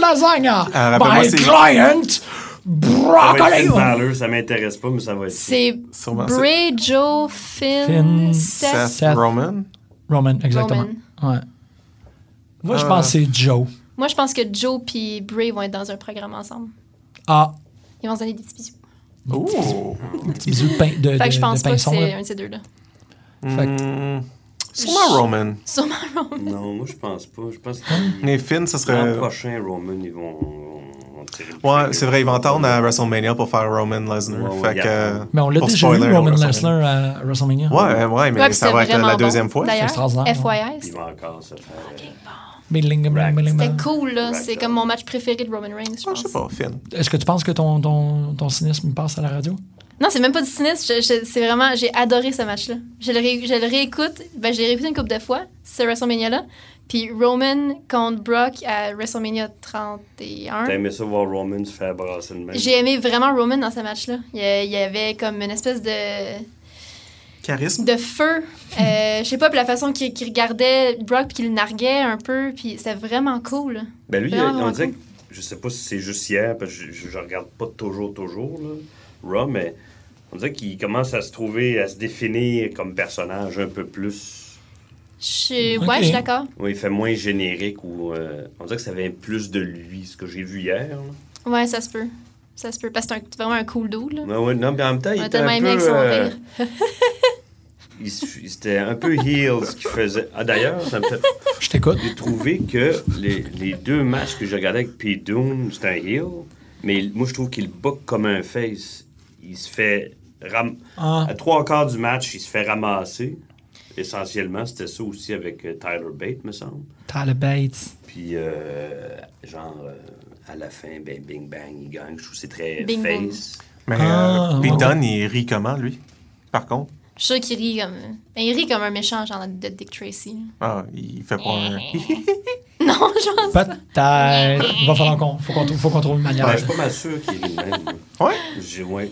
S3: Lasagna.
S6: Ah, rappelle-moi,
S3: My
S6: c'est-
S3: client.
S4: Ça va être
S3: Brocoli.
S4: Finn Balor, ça m'intéresse pas, mais ça va être.
S5: C'est
S6: Sûrement, c'est-
S5: Bray, Joe, Finn,
S3: Finn,
S5: Seth,
S6: Seth,
S3: Seth.
S6: Roman.
S3: Roman, exactement. Ouais. Moi, je
S6: Ah.
S3: pense que c'est Joe.
S5: Moi, je pense que Joe puis Bray vont être dans un programme ensemble.
S3: Ah,
S5: Ils vont se donner des petits bisous.
S6: Oh!
S3: petit
S5: (laughs)
S3: bisou de, pain, de,
S5: Fait que
S3: de-
S5: je
S3: de
S5: pense pas que
S3: pinson,
S5: c'est
S3: là.
S5: un de ces deux-là. (laughs)
S3: Fait que-
S6: Hmm. Sûrement Roman.
S5: Sûrement non.
S4: Non, moi je pense pas. Je pense que
S6: Mais Finn, ça
S4: l'an
S6: serait.
S4: prochain, Roman, ils vont. vont- vont tirer le
S6: Ouais,
S4: prix.
S6: c'est vrai, ils vont attendre à WrestleMania pour faire Roman Lesnar.
S4: Ouais, ouais,
S6: fait que.
S4: y a-
S6: euh,
S3: Mais on l'a
S6: pour
S3: déjà
S6: spoiler,
S3: eu, Roman
S6: WrestleMania.
S3: Lesnar à WrestleMania.
S6: Ouais, ouais, mais
S5: Ouais, puis
S6: ça
S5: c'était
S6: va être la
S5: vraiment
S6: deuxième
S5: bon,
S6: fois.
S5: D'ailleurs,
S3: extraordinaire,
S5: FYI,
S4: Ils vont encore se faire.
S3: Bling, bling, bling, bling,
S5: c'était
S3: bling.
S5: cool, là.
S4: Rackdown.
S5: C'est comme mon match préféré de Roman Reigns, je
S6: Ah,
S5: pense.
S6: Je sais pas, Finn.
S3: Est-ce que tu penses que ton, ton, ton cynisme il passe à la radio?
S5: Non, c'est même pas du cynisme. je- je- C'est vraiment, j'ai adoré ce match-là. Je le, ré- je le réécoute. Ben, j'ai réécouté une couple de fois, ce WrestleMania-là. Puis Roman contre Brock à WrestleMania 31.
S4: T'as aimé ça voir Roman se faire brasser de même?
S5: J'ai aimé vraiment Roman dans ce match-là. Il y a- il y avait comme une espèce de,
S6: Charisme.
S5: de feu. Euh, je sais pas, puis la façon qu'il qu'il regardait Brock puis qu'il le narguait un peu. Puis c'était vraiment cool.
S4: Ben lui,
S5: Vraiment,
S4: euh, on
S5: vraiment
S4: dirait que,
S5: cool.
S4: je sais pas si c'est juste hier, parce que je, je- je regarde pas toujours, toujours, là, Raw, mais on dirait qu'il commence à se trouver, à se définir comme personnage un peu plus.
S5: Je suis-
S3: Ok.
S5: Ouais, je suis d'accord.
S4: Ouais, il fait moins générique ou. euh, on dirait que ça vient plus de lui, ce que j'ai vu hier. là.
S5: Ouais, ça se peut. Ça se peut. Parce que c'est un- vraiment un cool dude, là.
S4: Ouais, ouais, non, mais en même temps, il
S5: On a
S4: était un
S5: tellement aimé avec
S4: peu.
S5: son
S4: euh,
S5: rire.
S4: il s- il- C'était un peu heel ce qu'il faisait. Ah, d'ailleurs, ça me fait-
S3: Je t'écoute.
S4: j'ai trouvé que les, les deux matchs que j'ai regardés avec Pete Doom, c'est un heel, mais moi je trouve qu'il book comme un face. Il se fait. Ram...
S3: Ah.
S4: À trois quarts du match, il se fait ramasser. Essentiellement, c'était ça aussi avec euh, Tyler Bate, me semble.
S3: Tyler Bates.
S4: Puis, euh, genre, euh, à la fin, ben, bing bang, il gagne. Je trouve que c'est très
S5: Bing,
S4: face.
S5: bang.
S6: Mais
S3: Ah,
S6: euh, Pete
S3: ouais.
S6: Dunne, il rit comment, lui? Par contre?
S5: Je suis sûre qu'il rit comme. Ben, il rit comme un méchant, genre de Dick Tracy.
S6: Ah, il fait pas un.
S5: Eh. Non, je pense.
S3: Peut-être. Il va falloir qu'on faut qu'on trouve, faut qu'on trouve une manière.
S4: Ouais,
S6: Ah.
S4: Ben, je suis pas mal sûr qu'il est même. moi.
S6: (laughs) Ouais.
S4: J'ai
S5: (laughs)
S4: ouais.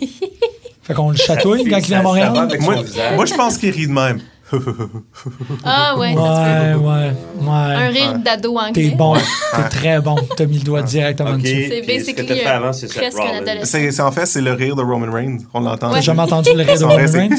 S3: Fait qu'on le chatouille quand il
S4: Ça fait-
S3: vient à
S4: ça- ça va
S3: Montréal.
S4: avec
S6: Moi,
S4: son visage.
S6: moi, je pense qu'il rit de même.
S5: Ah ouais, ça se peut.
S3: Ouais, ouais,
S5: Un
S3: ouais.
S5: rire
S6: Ouais.
S5: d'ado anglais.
S3: T'es bon. T'es très bon. T'as mis le doigt directement
S4: OK.
S3: dessus.
S4: puis ce que
S5: basically,
S4: t'as fait
S5: euh,
S4: avant, c'est Seth
S5: presque un
S4: Rollins.
S5: adolescent.
S6: C'est c'est- en fait, c'est le rire de Roman Reigns. On l'entend.
S3: T'as jamais entendu le rire de
S6: Son
S3: Roman
S6: rire, c'est-
S3: Reigns?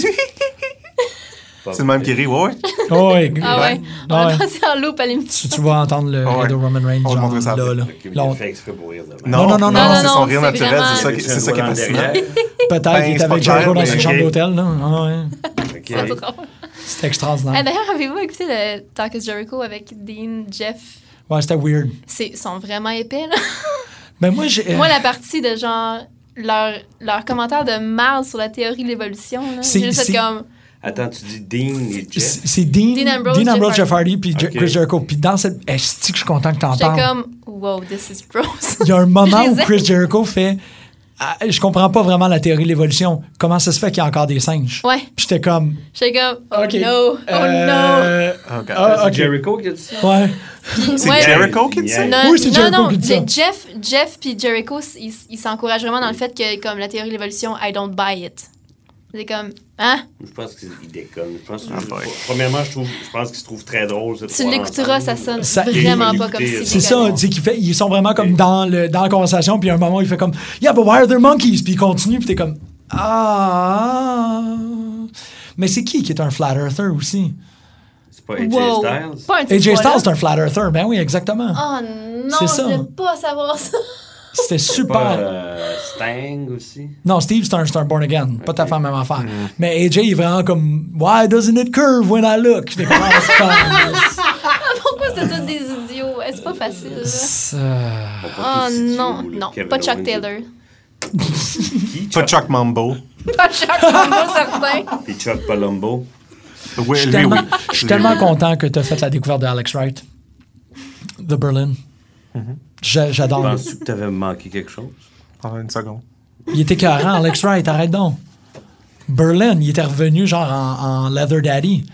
S4: Pas
S6: C'est le même qui rit, ouais, ouais.
S3: Oh, ouais.
S5: Ah ouais. On
S3: Ouais.
S5: a passé en loop à l'émission.
S3: Tu, tu vas entendre le
S6: Ah ouais.
S3: rire de Roman Reigns.
S6: On va
S3: genre,
S6: montrer ça
S3: là,
S6: après.
S3: là.
S4: Ok, mais il
S3: Là, on-
S5: Ben,
S4: fait exprès pour rire de même.
S6: Non, non, non, non,
S5: non,
S6: c'est son
S5: non,
S6: rire
S5: c'est
S6: naturel. C'est ça,
S5: vraiment-
S6: qui- c'est ça qui
S4: Mettez
S6: est
S4: un doigt
S6: fascinant.
S4: dans le derrière.
S3: Peut-être qu'il
S6: c'est
S3: était
S6: pas
S3: avec
S6: clair,
S3: Jericho dans
S6: mais
S3: sa
S6: ok.
S3: chambre d'hôtel. là. Ah ouais.
S4: Ok.
S5: C'est drôle.
S3: C'était
S5: Ah,
S3: extraordinaire.
S5: D'ailleurs, avez-vous écouté le Talk is Jericho avec Dean, Jeff?
S3: Ouais, c'était weird.
S5: C'est- Ils sont vraiment épais, là.
S3: Mais moi, j'ai. euh,
S5: Moi, la partie de genre... Leur, leur commentaire de mal sur la théorie de l'évolution, là.
S3: C'est-
S5: J'ai juste
S3: c'est-
S5: fait comme...
S4: Attends, tu dis Dean et Jeff.
S3: C'est c'est Dean,
S5: Dean Ambrose,
S3: Dean Ambrose,
S5: Jeff
S3: Jeff Hardy, puis Je-
S4: Ok.
S3: Chris Jericho. Puis dans cette. Esti que je suis content que t'en
S5: J'étais
S3: parles.
S5: comme... Wow, this is gross.
S3: Il y a
S5: (laughs)
S3: un moment
S5: Je
S3: où
S5: les ai-
S3: Chris Jericho fait. Ah, je comprends pas vraiment la théorie de l'évolution. Comment ça se fait qu'il y a encore des singes?
S5: Ouais.
S3: Puis j'étais comme.
S5: J'étais comme... Oh
S3: OK.
S5: no, oh
S3: euh,
S6: Oh, God.
S3: Ah, ok.
S4: Jericho qui a dit ça?
S3: Ouais.
S5: no.
S6: C'est
S5: Ouais.
S6: Jericho qui dit ça?
S4: Yeah.
S5: Non,
S3: Oui, c'est
S5: non,
S3: Jericho
S5: non,
S3: qui dit
S5: Je-
S3: ça.
S5: Jeff, Jeff puis Jericho, s- ils s- ils s'encouragent vraiment dans le fait que, comme la théorie de l'évolution, I don't buy it. C'est comme, hein?
S4: Je pense qu'il déconne. Je pense que-
S6: Ah, boy.
S4: Premièrement, je, trouve, je pense qu'il se trouve très drôle. ces
S5: Tu
S4: trois
S5: l'écouteras,
S4: ensemble.
S5: ça sonne
S3: Ça-
S5: vraiment pas
S4: Et-
S5: comme si.
S3: C'est ça, tu sais, qu'il fait, ils sont vraiment comme
S4: Ok.
S3: dans, le, dans la conversation, puis à un moment, il fait comme Yeah, but why are there monkeys? Puis il continue, puis t'es comme Ah. Mais c'est qui qui est un flat earther aussi?
S4: C'est pas AJ
S5: Wow.
S4: Styles?
S5: Pas un petit
S3: AJ
S5: poids, là.
S3: Styles, c'est un flat earther. Ben oui, exactement.
S5: Oh non,
S3: C'est ça.
S5: je veux pas savoir ça. (laughs)
S3: C'était super.
S4: Pas euh, Sting aussi?
S3: Non, Steve, c'est un, c'est un born again. Pas
S4: Ok. Mm.
S3: ta femme, même affaire. Mais AJ est vraiment comme Why doesn't it curve when I look? J'étais comme, Ah,
S4: (laughs)
S3: c'est
S5: Pourquoi c'est tous des idiots? Ouais, C'est pas facile. là.
S3: pas- Euh,
S4: Bon, pas
S5: Oh
S4: tous idiots,
S5: non,
S4: là.
S5: non,
S4: Kevin
S5: pas Chuck
S4: Owens.
S5: Taylor. (laughs)
S4: Qui?
S6: Pas
S4: Chuck?
S6: Chuck Mambo.
S5: Pas Chuck, pas certain.
S4: Puis Chuck Palumbo.
S6: Oui,
S3: Je suis
S6: lui,
S3: tellement,
S6: oui.
S3: je suis
S6: Lui,
S3: tellement
S6: oui.
S3: content que tu as fait la découverte d'Alex Wright, de Berlin.
S4: Mm-hmm.
S3: J'a- J'adore.
S4: Penses-tu que t'avais manqué quelque chose?
S6: Ah, une seconde.
S3: Il était écœurant, Alex Wright, arrête donc. Berlin, il était revenu genre en, en Leather Daddy.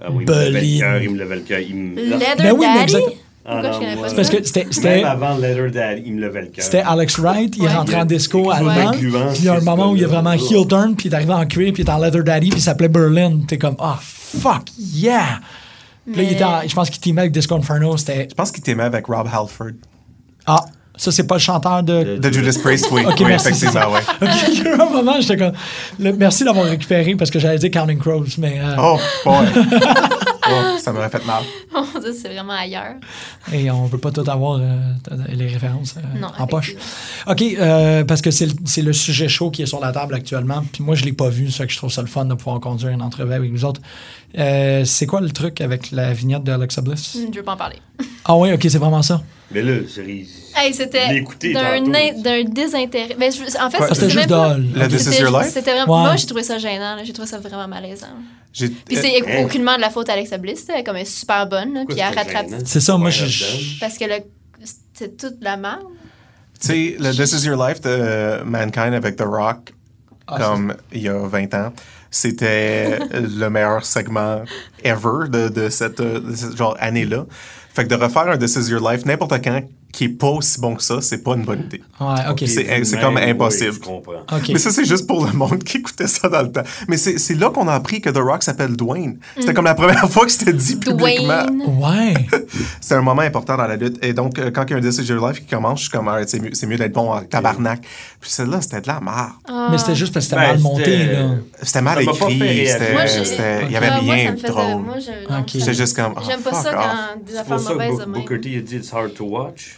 S4: Ah oui, il me levait
S3: Bolin.
S4: le cœur, il me levait le cœur. Il me...
S5: Leather
S3: Ben oui, mais
S5: Daddy?
S3: exact-
S5: Pourquoi je connais
S4: Ah
S5: pas
S4: moi,
S5: ça? (laughs)
S3: Parce que c'était- c'était.
S4: Même avant Letter Daddy, il me levait le cœur.
S3: C'était Alex Wright, il
S5: Ouais.
S3: rentre en disco
S4: Euh, Ouais.
S3: allemand, puis
S4: Gluant,
S3: il y a un
S4: c'est
S3: moment où il est
S4: ce gars-là.
S3: vraiment heel turn, puis il est arrivé en cuir, puis il est en leather daddy, puis il s'appelait Berlin. T'es comme, ah, fuck, yeah! Puis là, il était en- je pense qu'il teamait avec Disco Inferno, c'était,
S6: Je pense qu'il t'aimait avec Rob Halford.
S3: ah, ça, c'est pas le chanteur
S4: Euh.
S3: (laughs) de...
S6: De Judas Priest, oui.
S3: Ok,
S6: oui,
S3: merci.
S6: effectivement, oui.
S3: Il y a eu un moment, j'étais comme, le- merci d'avoir récupéré, parce que j'allais dire Counting Crows, mais... euh,
S6: Oh,
S3: (laughs)
S6: boy. oh, ça m'aurait fait mal.
S5: Mon Dieu, c'est vraiment ailleurs.
S3: Et on peut pas tout avoir euh, les références euh,
S5: Non,
S3: en poche.
S5: effectivement.
S3: OK, euh, parce que c'est le- c'est le sujet chaud qui est sur la table actuellement. Puis moi, je l'ai pas vu, ça que je trouve ça le fun de pouvoir conduire une entrevue avec vous autres. Euh, c'est quoi le truc avec la vignette de Alexa Bliss?
S5: Hmm, Je veux pas en parler.
S3: Ah oui, OK, c'est vraiment ça.
S4: Mais là, cerise.
S5: Hey, c'était
S4: L'écouter
S5: d'un
S4: tantôt.
S5: in- d'un désintérêt. Ben, je- en fait, c'était
S6: Ouais,
S3: Ah, C'était
S5: même
S3: juste
S5: pas-
S3: dole.
S6: Le This Is
S5: C'était-
S6: Your Life?
S5: C'était vraiment.
S3: Ouais.
S5: Moi, j'ai trouvé ça gênant. là. J'ai trouvé ça vraiment malaisant.
S6: J'ai-
S5: Puis
S6: euh,
S5: c'est
S4: hein?
S5: aucunement de la faute à Alexa Bliss. là. Comme elle est super bonne. là, Puis elle rattrape.
S3: C'est ça, moi, je-
S5: Parce que le- c'était toute de la merde.
S6: Tu sais, le This Is Your Life de Mankind avec The Rock,
S3: Ah,
S6: comme il y a 20 ans,
S5: (laughs)
S6: c'était le meilleur segment ever de, de cette, euh, de cette genre année-là. Fait que de refaire un This Is Your Life n'importe quand qui est pas aussi bon que ça, c'est pas une bonne idée.
S3: Ouais, OK.
S6: c'est- c'est comme impossible.
S4: je comprends.
S3: OK.
S6: Mais ça, c'est juste pour le monde qui écoutait ça dans le temps. Mais c'est c'est là qu'on a appris que The Rock s'appelle Dwayne. C'était comme la première (laughs) fois que c'était dit publiquement.
S5: Mm. Dwayne.
S3: Ouais.
S6: C'est un moment important dans la lutte. Et donc, euh, quand il y a un This Is Your Life qui commence, je suis comme, Ah, c'est mieux, c'est mieux d'être bon en tabarnak. Puis celle-là, c'était de la merde.
S5: Ah.
S3: Mais c'était juste parce que c'était
S4: Ben,
S3: mal monté,
S4: c'était-
S3: là.
S6: C'était mal
S4: Ça m'a pas
S6: écrit.
S4: fait réagir.
S6: c'était-
S5: Moi, j'ai-
S6: c'était- Il y avait
S5: Ah, moi, ça
S6: rien
S5: me
S6: de
S5: faisait-
S6: drôle.
S5: moi, je- non,
S3: Ok.
S5: ça me-
S6: J'étais juste comme, Ah,
S5: J'aime pas
S6: fuck
S5: ça
S6: off.
S5: quand
S4: C'est
S5: des
S4: pour
S5: affaires
S4: ça
S5: mauvaises de
S4: que Bo- Booker
S5: même.
S4: T a dit It's hard to watch.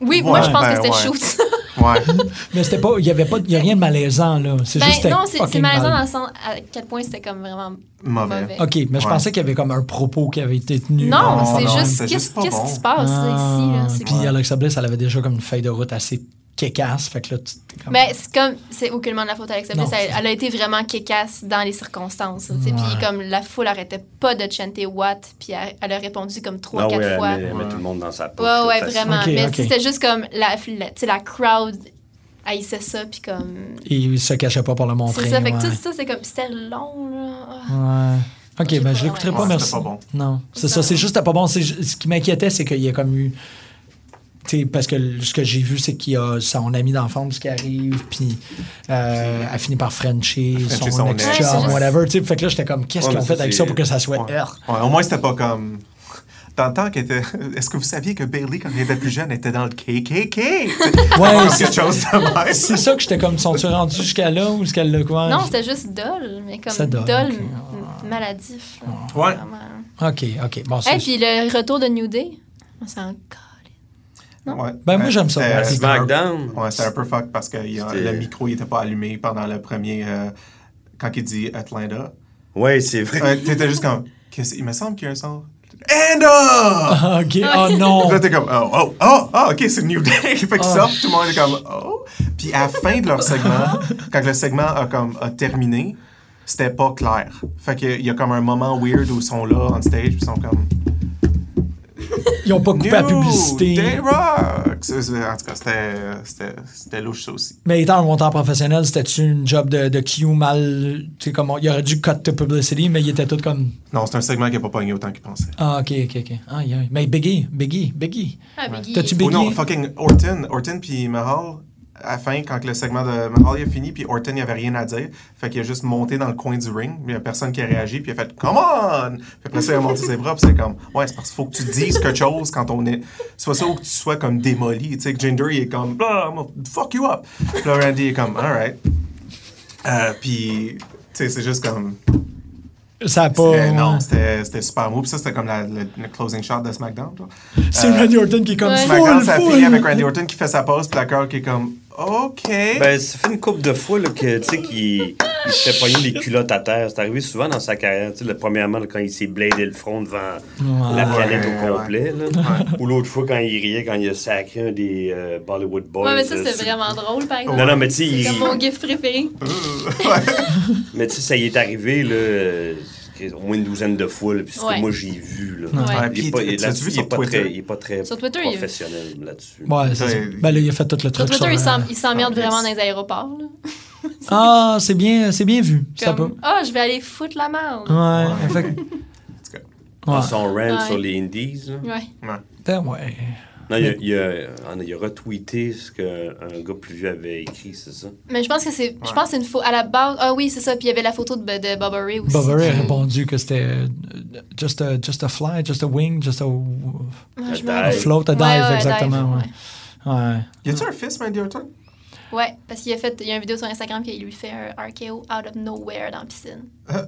S5: Oui, moi, je
S6: Ouais,
S5: pense
S6: ben,
S5: que c'était
S6: ouais.
S5: shoot. (laughs)
S6: Ouais.
S3: Mais c'était pas... Il y avait pas... Il y a rien de malaisant, là. C'est
S5: Ben,
S3: juste... c'était
S5: non, c'est- c'est
S3: fucking
S5: malaisant
S3: mal.
S5: dans le sens à quel point c'était comme vraiment
S6: Mauvais.
S5: mauvais.
S3: OK, mais je
S6: Ouais.
S3: pensais qu'il y avait comme un propos qui avait été tenu.
S5: Non,
S6: Non,
S5: c'est
S6: non,
S5: juste
S6: c'était
S5: qu'est-ce
S6: juste pas
S5: qu'est-ce
S6: bon.
S5: qui se passe là, Ah, ici là, c'est
S3: Ah. Puis
S5: quoi?
S3: Alexa Bliss, elle avait déjà comme une feuille de route assez kékasse. Fait que là, tu t'es comme.
S5: Mais Ben, c'est comme c'est aucunement de la faute à Alexa Bliss,
S3: Non,
S5: elle,
S3: c'est-
S5: elle a été vraiment kickasse dans les circonstances. tu sais.
S3: Ouais.
S5: Puis comme la foule arrêtait pas de chanter Watt, puis elle, elle a répondu comme trois
S4: Non,
S5: quatre
S4: Ah ouais, elle
S5: fois.
S4: met- elle met tout le monde dans sa poche.
S5: Ouais, ouais,
S4: de toute façon.
S5: vraiment.
S3: Ok,
S5: mais
S3: ok.
S5: c'était juste comme la, la, tu sais, la crowd haïssait ça, puis comme.
S3: Et il se cachait pas pour le montrer.
S5: C'est ça, fait que
S3: ouais.
S5: tout ça, c'est comme. C'était long, là. Ah.
S3: Ouais. Ok,
S5: J'ai
S3: ben
S5: pas-
S3: je l'écouterai
S5: ouais.
S3: pas,
S6: Ouais,
S3: merci.
S6: c'était pas bon.
S3: Non, c'est
S5: Ça
S3: ça,
S5: va.
S3: c'est juste c'était pas bon. C'est ju- Ce qui m'inquiétait, c'est qu'il y a comme eu. Tu sais, parce que l- ce que j'ai vu, c'est qu'il y a son ami d'enfance qui arrive, puis euh, elle finit par Frenchie,
S6: Frenchie
S3: son,
S6: son ex,
S3: ex-chum,
S5: ouais.
S3: whatever. tu sais. Fait que là, j'étais comme, qu'est-ce
S4: Ouais,
S3: qu'ils ont
S4: mais
S3: fait
S4: ça,
S3: avec
S4: c'est-
S3: ça pour que ça soit.
S6: Ouais. (laughs) Ouais, au moins, c'était pas comme. Dans le temps qu'elle était. (laughs) Est-ce que vous saviez que Bailey, quand elle était plus jeune, était dans
S4: (laughs)
S6: le KKK?
S3: Ouais,
S6: Quelque
S3: c'est-
S6: chose de même.
S3: c'est ça que j'étais comme, sont-ils rendus jusqu'à là ou jusqu'à le quoi?
S5: Non, c'était juste dol, mais
S3: C'est
S5: comme
S3: dol,
S5: dol,
S3: ok.
S5: m- m- maladif. là.
S6: Ouais.
S5: Vraiment.
S3: Ok, ok. Bon,
S5: Et
S3: c'est
S5: puis le retour de New Day, on s'en calait.
S6: Ouais.
S3: Ben, moi, j'aime ça,
S6: Euh,
S3: ouais.
S4: SmackDown.
S6: Ouais, c'était un peu fuck parce que il y a-
S4: C'était-
S6: le micro n'était pas allumé pendant le premier. euh, quand il dit Atlanta.
S4: Ouais, c'est vrai.
S6: Euh, T'étais juste comme. Qu'est-ce- Il me semble qu'il y a un son. Enda!
S3: Ok,
S6: (laughs)
S3: oh non!
S6: Là, t'es comme, oh, oh, oh, oh, ok, c'est New Day. (laughs) fait qu'ils
S3: Oh.
S6: sortent, tout le monde est comme, oh. Puis à la fin de
S3: (laughs)
S6: leur segment, quand le segment a, comme, a terminé, c'était pas clair. Fait qu'il y a comme un moment weird où ils sont là, on stage, puis ils sont comme,
S3: Ils ont pas coupé la
S6: New
S3: publicité.
S6: Day Rock! C'est- c'est- En tout cas, c'était- c'était c'était louche, ça aussi.
S3: Mais étant un montant professionnel, c'était-tu une job de, de Q mal. Tu sais, comme on- il y aurait dû cut to publicity, mais il était tout comme.
S6: Non, c'est un segment qui a pas pogné autant qu'il pensait.
S3: Ah, ok, ok, ok. Aïe, aïe. Mais Biggie, Biggie, Biggie.
S5: Ah, Biggie.
S3: T'as-tu Biggie?
S6: Oh non, fucking Orton. Orton puis Mahal, à la fin, quand le segment de Mahal il a fini, puis Orton, il avait rien à dire. Fait qu'il a juste monté dans le coin du ring, mais il y a personne qui a réagi, puis il a fait Come on! Puis après ça, il a monté ses bras, puis c'est comme Ouais, c'est parce qu'il faut que tu dises quelque chose quand on est. Soit ça ou que tu sois comme démoli. Tu sais, que Jinder, il est comme Ah, I'm gonna fuck you up. Puis là, Randy est comme Alright. Euh, puis, tu sais, c'est juste comme.
S3: Ça a pas.
S6: c'était- Non, c'était c'était super mou. Puis ça, c'était comme la- le, le closing shot de SmackDown. genre.
S3: C'est
S6: Euh,
S3: Randy Orton qui est comme.
S5: Ouais.
S6: SmackDown,
S3: Full,
S6: ça
S3: full.
S6: finit avec Randy Orton qui fait sa pause, puis la crowd qui est comme OK.
S4: Ben, ça fait une couple de fois là, que, tu sais, qu'il il se fait pogner les culottes à terre. C'est arrivé souvent dans sa carrière. Tu sais, le premièrement, là, quand il s'est bladé le front devant la planète
S6: Ouais,
S4: au complet. là. Ou l'autre fois, quand il riait, quand il a sacré un des euh, Bollywood Boys.
S5: Ouais, mais ça,
S4: là,
S5: c'est
S4: sur-
S5: vraiment drôle, par exemple.
S4: Non, non, mais tu sais, il-
S5: C'est comme mon gif préféré.
S4: mais tu sais, ça y est arrivé, là, euh, au moins une douzaine de fois, là, puis ce que
S5: Ouais.
S4: moi j'ai vu. Là.
S5: Ouais.
S6: Ouais,
S4: Il
S6: puis
S4: est pas-
S6: tu- tu l'as-tu
S4: là-dessus,
S6: vu
S4: il est
S6: sur
S4: pas
S6: Twitter?
S4: très- il est pas très
S5: Sur Twitter, il-
S4: professionnel là-dessus.
S3: Ouais, c'est ça.
S6: Ouais.
S3: Ben là, il a fait tout le
S5: Sur
S3: truc.
S5: Twitter, il
S3: sur, euh,
S5: s'em- il s'emmerde
S6: Ah, yes.
S5: vraiment dans les aéroports. là.
S3: Ah, c'est bien, c'est bien vu. Ça peut. Hein?
S5: Comme, ah, je vais aller foutre la merde.
S6: (laughs)
S3: Ouais, en fait.
S6: tout cas.
S3: Ouais.
S4: Dans son rant
S5: Ouais.
S4: sur les Indies. là.
S5: Ouais.
S6: Ouais.
S3: Ben ouais.
S4: Non, il a, il a- il a retweeté ce qu'un gars plus vieux avait écrit, c'est ça?
S5: Mais je pense que c'est je pense que c'est une photo à la base. Ah oui, c'est ça. Puis il y avait la photo de, de Bubba Ray aussi.
S3: Bovary a répondu que c'était euh, just a, just a fly, just a wing, just a,
S5: Ouais, je me
S4: La
S3: a
S5: rappelle.
S4: dive.
S3: float, a dive,
S5: Ouais, ouais, dive,
S3: exactement.
S5: ouais.
S3: ouais. Ouais.
S6: Y a-tu un fils, Randy Orton?
S5: Ouais, parce qu'il a fait il y a une vidéo sur Instagram qui lui fait un RKO out of nowhere dans la piscine.
S6: Euh,